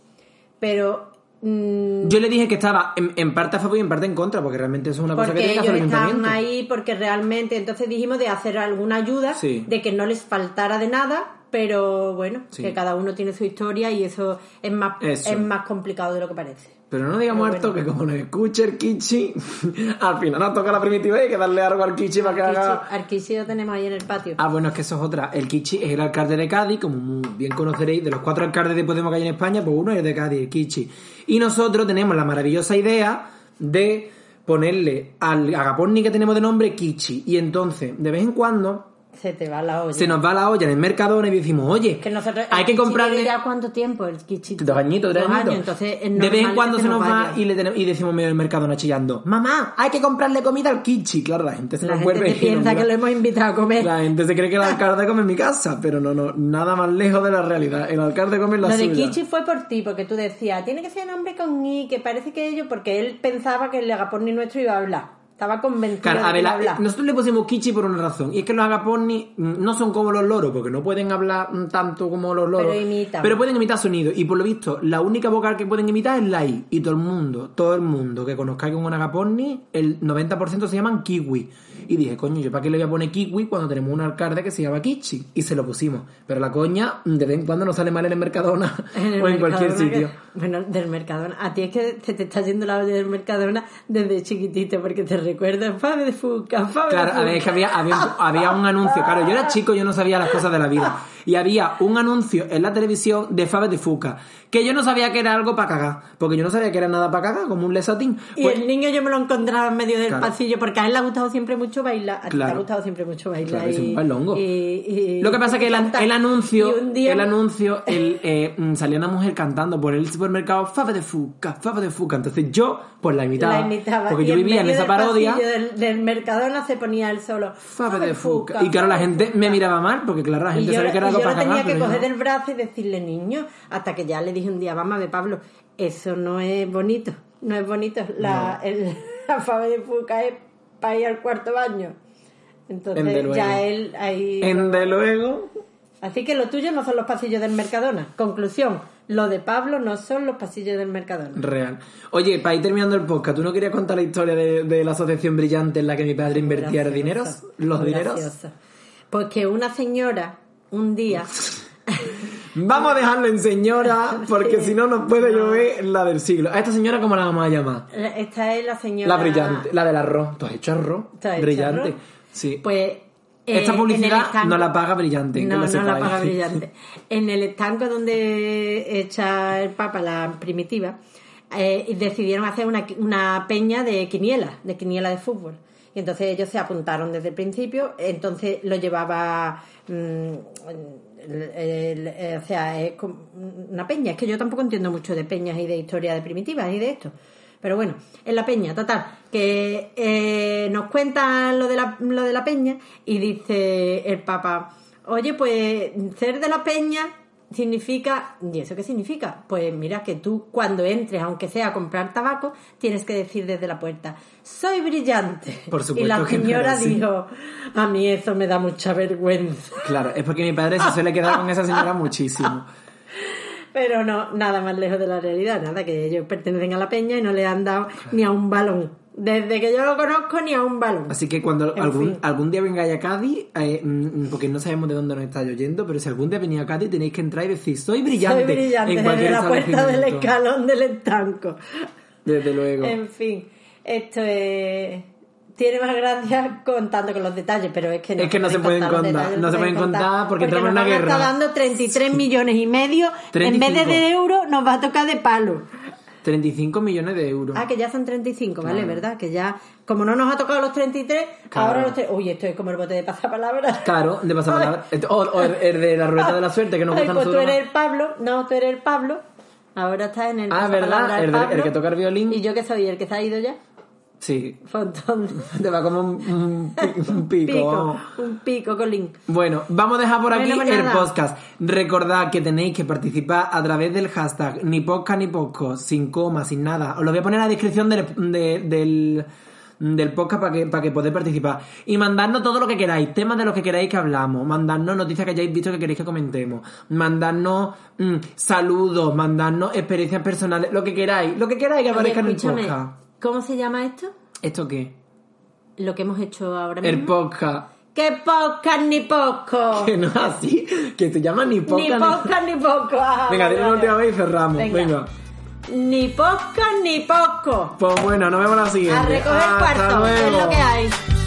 Speaker 2: Pero mm,
Speaker 1: Yo le dije que estaba en, en parte a favor y en parte en contra, porque realmente eso es una cosa que
Speaker 2: porque
Speaker 1: tiene que
Speaker 2: ellos
Speaker 1: hacer el
Speaker 2: estaban
Speaker 1: ayuntamiento.
Speaker 2: ahí porque realmente entonces dijimos de hacer alguna ayuda
Speaker 1: Sí.
Speaker 2: de que no les faltara de nada pero bueno
Speaker 1: Sí.
Speaker 2: que cada uno tiene su historia y eso es más
Speaker 1: Eso.
Speaker 2: es más complicado de lo que parece
Speaker 1: Pero no digamos
Speaker 2: Pero
Speaker 1: esto, que como nos escuche el Kichi, al final nos toca la primitiva y hay que darle algo al Kichi para que haga...
Speaker 2: Arquichi- Arquichi lo tenemos ahí en el patio
Speaker 1: Ah, bueno, es que eso es otra. El Kichi es el alcalde de Cádiz, como muy bien conoceréis, de los cuatro alcaldes de Podemos que hay en España, pues uno es de Cádiz, el Kichi. Y nosotros tenemos la maravillosa idea de ponerle al agaporni que tenemos de nombre Kichi. Y entonces, de vez en cuando,
Speaker 2: se te va la olla
Speaker 1: se nos va la olla en el Mercadona y decimos, oye,
Speaker 2: que nosotros
Speaker 1: hay
Speaker 2: el
Speaker 1: que
Speaker 2: Kichi
Speaker 1: comprarle...
Speaker 2: tiene ya cuánto tiempo el quichito
Speaker 1: Dos añitos, tres
Speaker 2: Dos
Speaker 1: añitos.
Speaker 2: años, entonces
Speaker 1: de
Speaker 2: es
Speaker 1: vez en
Speaker 2: normal
Speaker 1: cuando
Speaker 2: que
Speaker 1: se nos va
Speaker 2: vaya.
Speaker 1: y, le tenemos- y decimos medio del Mercadona chillando, mamá, hay que comprarle comida al Kichi. Claro, la gente se
Speaker 2: la
Speaker 1: nos
Speaker 2: gente
Speaker 1: vuelve
Speaker 2: que
Speaker 1: y nos
Speaker 2: piensa
Speaker 1: mira.
Speaker 2: que lo hemos invitado a comer
Speaker 1: La gente se cree que el alcalde come en mi casa, pero no, no, nada más lejos de la realidad. El alcalde come en la
Speaker 2: Lo de
Speaker 1: suya.
Speaker 2: Kichi fue por ti, porque tú decías, tiene que ser nombre con I, que parece que ellos, porque él pensaba que el agaporni nuestro iba a hablar. Estaba convencido
Speaker 1: Claro,
Speaker 2: de que iba a
Speaker 1: Abela- eh,
Speaker 2: hablar.
Speaker 1: nosotros le pusimos Kichi por una razón, y es que los agapornis mm, no son como los loros, porque no pueden hablar mm, tanto como los loros.
Speaker 2: Pero imitan.
Speaker 1: Pero pueden imitar sonidos, y por lo visto, la única vocal que pueden imitar es la I. Y todo el mundo, todo el mundo que conozcáis con un agaporni, el 90% se llaman kiwi. Y dije, coño, ¿yo para qué le voy a poner kiwi cuando tenemos un alcalde que se llama Kichi? Y se lo pusimos. Pero la coña, mm, de vez en cuando nos sale mal en el Mercadona
Speaker 2: En el
Speaker 1: o en cualquier
Speaker 2: Mercadona,
Speaker 1: sitio.
Speaker 2: que- bueno, del Mercadona. A ti es que se te está yendo la olla del Mercadona desde chiquitito, porque te recuerda, Fave de Fuca, Fave de
Speaker 1: Claro, a
Speaker 2: Fuca".
Speaker 1: ver, es que había, había, un, había un anuncio. Claro, yo era chico, yo no sabía las cosas de la vida. y había un anuncio en la televisión de Fabes de Fuca, que yo no sabía que era algo para cagar, porque yo no sabía que era nada para cagar, como un lesatín.
Speaker 2: Y
Speaker 1: Pues-
Speaker 2: el niño yo me lo encontraba en medio del
Speaker 1: Claro.
Speaker 2: pasillo porque a él le ha gustado siempre mucho bailar. A ti te ha
Speaker 1: Claro.
Speaker 2: gustado siempre mucho bailar.
Speaker 1: Claro, es un
Speaker 2: y-
Speaker 1: bailongo.
Speaker 2: y- y-
Speaker 1: Lo que pasa es que el, an-
Speaker 2: cantar.
Speaker 1: el anuncio,
Speaker 2: Y un día-
Speaker 1: el anuncio, el, eh, mm, salía una mujer cantando por el supermercado Fava de Fuca, Fava de Fuca. Entonces yo, pues la imitaba.
Speaker 2: La imitaba.
Speaker 1: Porque
Speaker 2: Y
Speaker 1: yo vivía en
Speaker 2: medio
Speaker 1: esa
Speaker 2: del
Speaker 1: parodia.
Speaker 2: pasillo Del, del Mercadona se ponía él solo.
Speaker 1: Fava de
Speaker 2: Fuca,
Speaker 1: Fuca. Y claro, la
Speaker 2: Fava de
Speaker 1: gente me
Speaker 2: Fuca.
Speaker 1: miraba mal, porque claro, la
Speaker 2: Y
Speaker 1: gente
Speaker 2: yo,
Speaker 1: sabía que era algo
Speaker 2: y yo lo
Speaker 1: para
Speaker 2: tenía
Speaker 1: cagar.
Speaker 2: que
Speaker 1: pero yo
Speaker 2: coger
Speaker 1: no.
Speaker 2: del brazo y decirle niño, hasta que ya le dije un día, mamá, de Pablo, eso no es bonito, no es bonito. La, el- la fama de Fuca es para ir al cuarto baño.
Speaker 1: Ende
Speaker 2: Entonces
Speaker 1: luego.
Speaker 2: ya él ahí...
Speaker 1: En de luego.
Speaker 2: Así que lo tuyo no son los pasillos del Mercadona. Conclusión, lo de Pablo no son los pasillos del Mercadona.
Speaker 1: Real. Oye, para ir terminando el podcast, ¿tú no querías contar la historia de, de la asociación brillante en la que mi padre invertía los
Speaker 2: Graciosa,
Speaker 1: dineros? ¿Los
Speaker 2: muy
Speaker 1: dineros?
Speaker 2: graciosa. Porque una señora un día...
Speaker 1: Vamos a dejarlo en señora, porque si no nos puede llover la del siglo. ¿A esta señora cómo la vamos a llamar?
Speaker 2: Esta es la señora...
Speaker 1: La brillante, la del arroz. ¿Tú has hecho arroz?
Speaker 2: ¿Tú has hecho
Speaker 1: brillante.
Speaker 2: arroz?
Speaker 1: Sí.
Speaker 2: Pues... eh,
Speaker 1: Esta
Speaker 2: en el
Speaker 1: publicidad
Speaker 2: estanco-
Speaker 1: no la paga brillante. que
Speaker 2: No,
Speaker 1: lo
Speaker 2: no la
Speaker 1: sepáis.
Speaker 2: paga brillante. En el estanco donde echa el Papa la primitiva, eh, y decidieron hacer una, una peña de quiniela, de quiniela de fútbol. Y entonces ellos se apuntaron desde el principio, entonces lo llevaba. mm, el- el- el- o sea, es como una peña. Es que yo tampoco entiendo mucho de peñas y de historia de primitivas y de esto. Pero bueno, en la peña, total, que eh, nos cuentan lo de, la, lo de la peña y dice el Papa, oye, pues ser de la peña significa, ¿y eso qué significa? Pues mira que tú cuando entres, aunque sea a comprar tabaco, tienes que decir desde la puerta, soy brillante.
Speaker 1: Por
Speaker 2: y la
Speaker 1: supuesto que no era
Speaker 2: señora
Speaker 1: así.
Speaker 2: dijo, a mí eso me da mucha vergüenza.
Speaker 1: Claro, es porque mi padre se suele quedar con esa señora muchísimo.
Speaker 2: Pero no, nada más lejos de la realidad, nada, que ellos pertenecen a la peña y no le han dado ni a un balón. Desde que yo lo conozco, ni a un balón.
Speaker 1: Así que cuando
Speaker 2: En
Speaker 1: algún,
Speaker 2: fin.
Speaker 1: algún día vengáis a Cádiz, eh, mm, mm, porque no sabemos de dónde nos estáis oyendo, pero si algún día venís a Cádiz tenéis que entrar y decir, soy brillante.
Speaker 2: Soy brillante
Speaker 1: en
Speaker 2: desde
Speaker 1: cualquier
Speaker 2: la puerta del
Speaker 1: establecimiento.
Speaker 2: escalón del estanco.
Speaker 1: Desde luego.
Speaker 2: En fin, esto es... Tiene más gracia contando con los detalles, pero es que no,
Speaker 1: Es que no se pueden
Speaker 2: los
Speaker 1: contar,
Speaker 2: detalles,
Speaker 1: no se pueden contar porque entramos en
Speaker 2: nos
Speaker 1: una
Speaker 2: van a estar
Speaker 1: guerra.
Speaker 2: dando 33 millones y medio, en vez de
Speaker 1: 35.
Speaker 2: de euros, nos va a tocar de palo.
Speaker 1: 35 millones de euros.
Speaker 2: Ah, que ya son 35, ¿vale? ¿Verdad? Que ya, como no nos ha tocado los 33,
Speaker 1: Claro.
Speaker 2: ahora los... tre- Uy, esto es como el bote de pasapalabra.
Speaker 1: Claro, de pasapalabra. O, o el, el de la ruleta de la suerte, que no
Speaker 2: Ay,
Speaker 1: cuesta
Speaker 2: pues tú
Speaker 1: nosotros.
Speaker 2: eres
Speaker 1: nada.
Speaker 2: el Pablo. No, tú eres el Pablo. Ahora estás en el
Speaker 1: Ah, ¿verdad?
Speaker 2: pasapalabra del
Speaker 1: El de- el
Speaker 2: Pablo.
Speaker 1: que toca el violín.
Speaker 2: ¿Y yo que soy? ¿El que se ha ido ya?
Speaker 1: Sí,
Speaker 2: Fontón.
Speaker 1: te va como un, un pi- un pico. vamos.
Speaker 2: Pico. Un pico, Colín.
Speaker 1: Bueno, vamos a dejar por
Speaker 2: Bueno,
Speaker 1: aquí
Speaker 2: pues
Speaker 1: el
Speaker 2: nada.
Speaker 1: podcast. Recordad que tenéis que participar a través del hashtag ni podcast ni posco, sin coma, sin nada. Os lo voy a poner en la descripción del, de- del, del podcast para que, para que podáis participar. Y mandadnos todo lo que queráis, temas de los que queráis que hablamos, mandadnos noticias que hayáis visto que queréis que comentemos, mandadnos mm, saludos, mandadnos experiencias personales, lo que queráis, lo que queráis que
Speaker 2: Oye,
Speaker 1: aparezca en el
Speaker 2: escúchame,
Speaker 1: podcast.
Speaker 2: ¿Cómo se llama esto?
Speaker 1: ¿Esto qué?
Speaker 2: Lo que hemos hecho ahora
Speaker 1: El
Speaker 2: mismo.
Speaker 1: podcast.
Speaker 2: ¡Qué podcast ni poco!
Speaker 1: Que no es así, que se llama ni
Speaker 2: Ni
Speaker 1: podcast ni-
Speaker 2: podcast ni poco. Ah,
Speaker 1: Venga,
Speaker 2: vale,
Speaker 1: dile una
Speaker 2: vale.
Speaker 1: última vez y cerramos.
Speaker 2: Venga.
Speaker 1: Venga.
Speaker 2: Ni podcast ni poco.
Speaker 1: Pues bueno, nos vemos la siguiente.
Speaker 2: A recoger
Speaker 1: Hasta
Speaker 2: cuarto, es
Speaker 1: luego.
Speaker 2: lo que hay.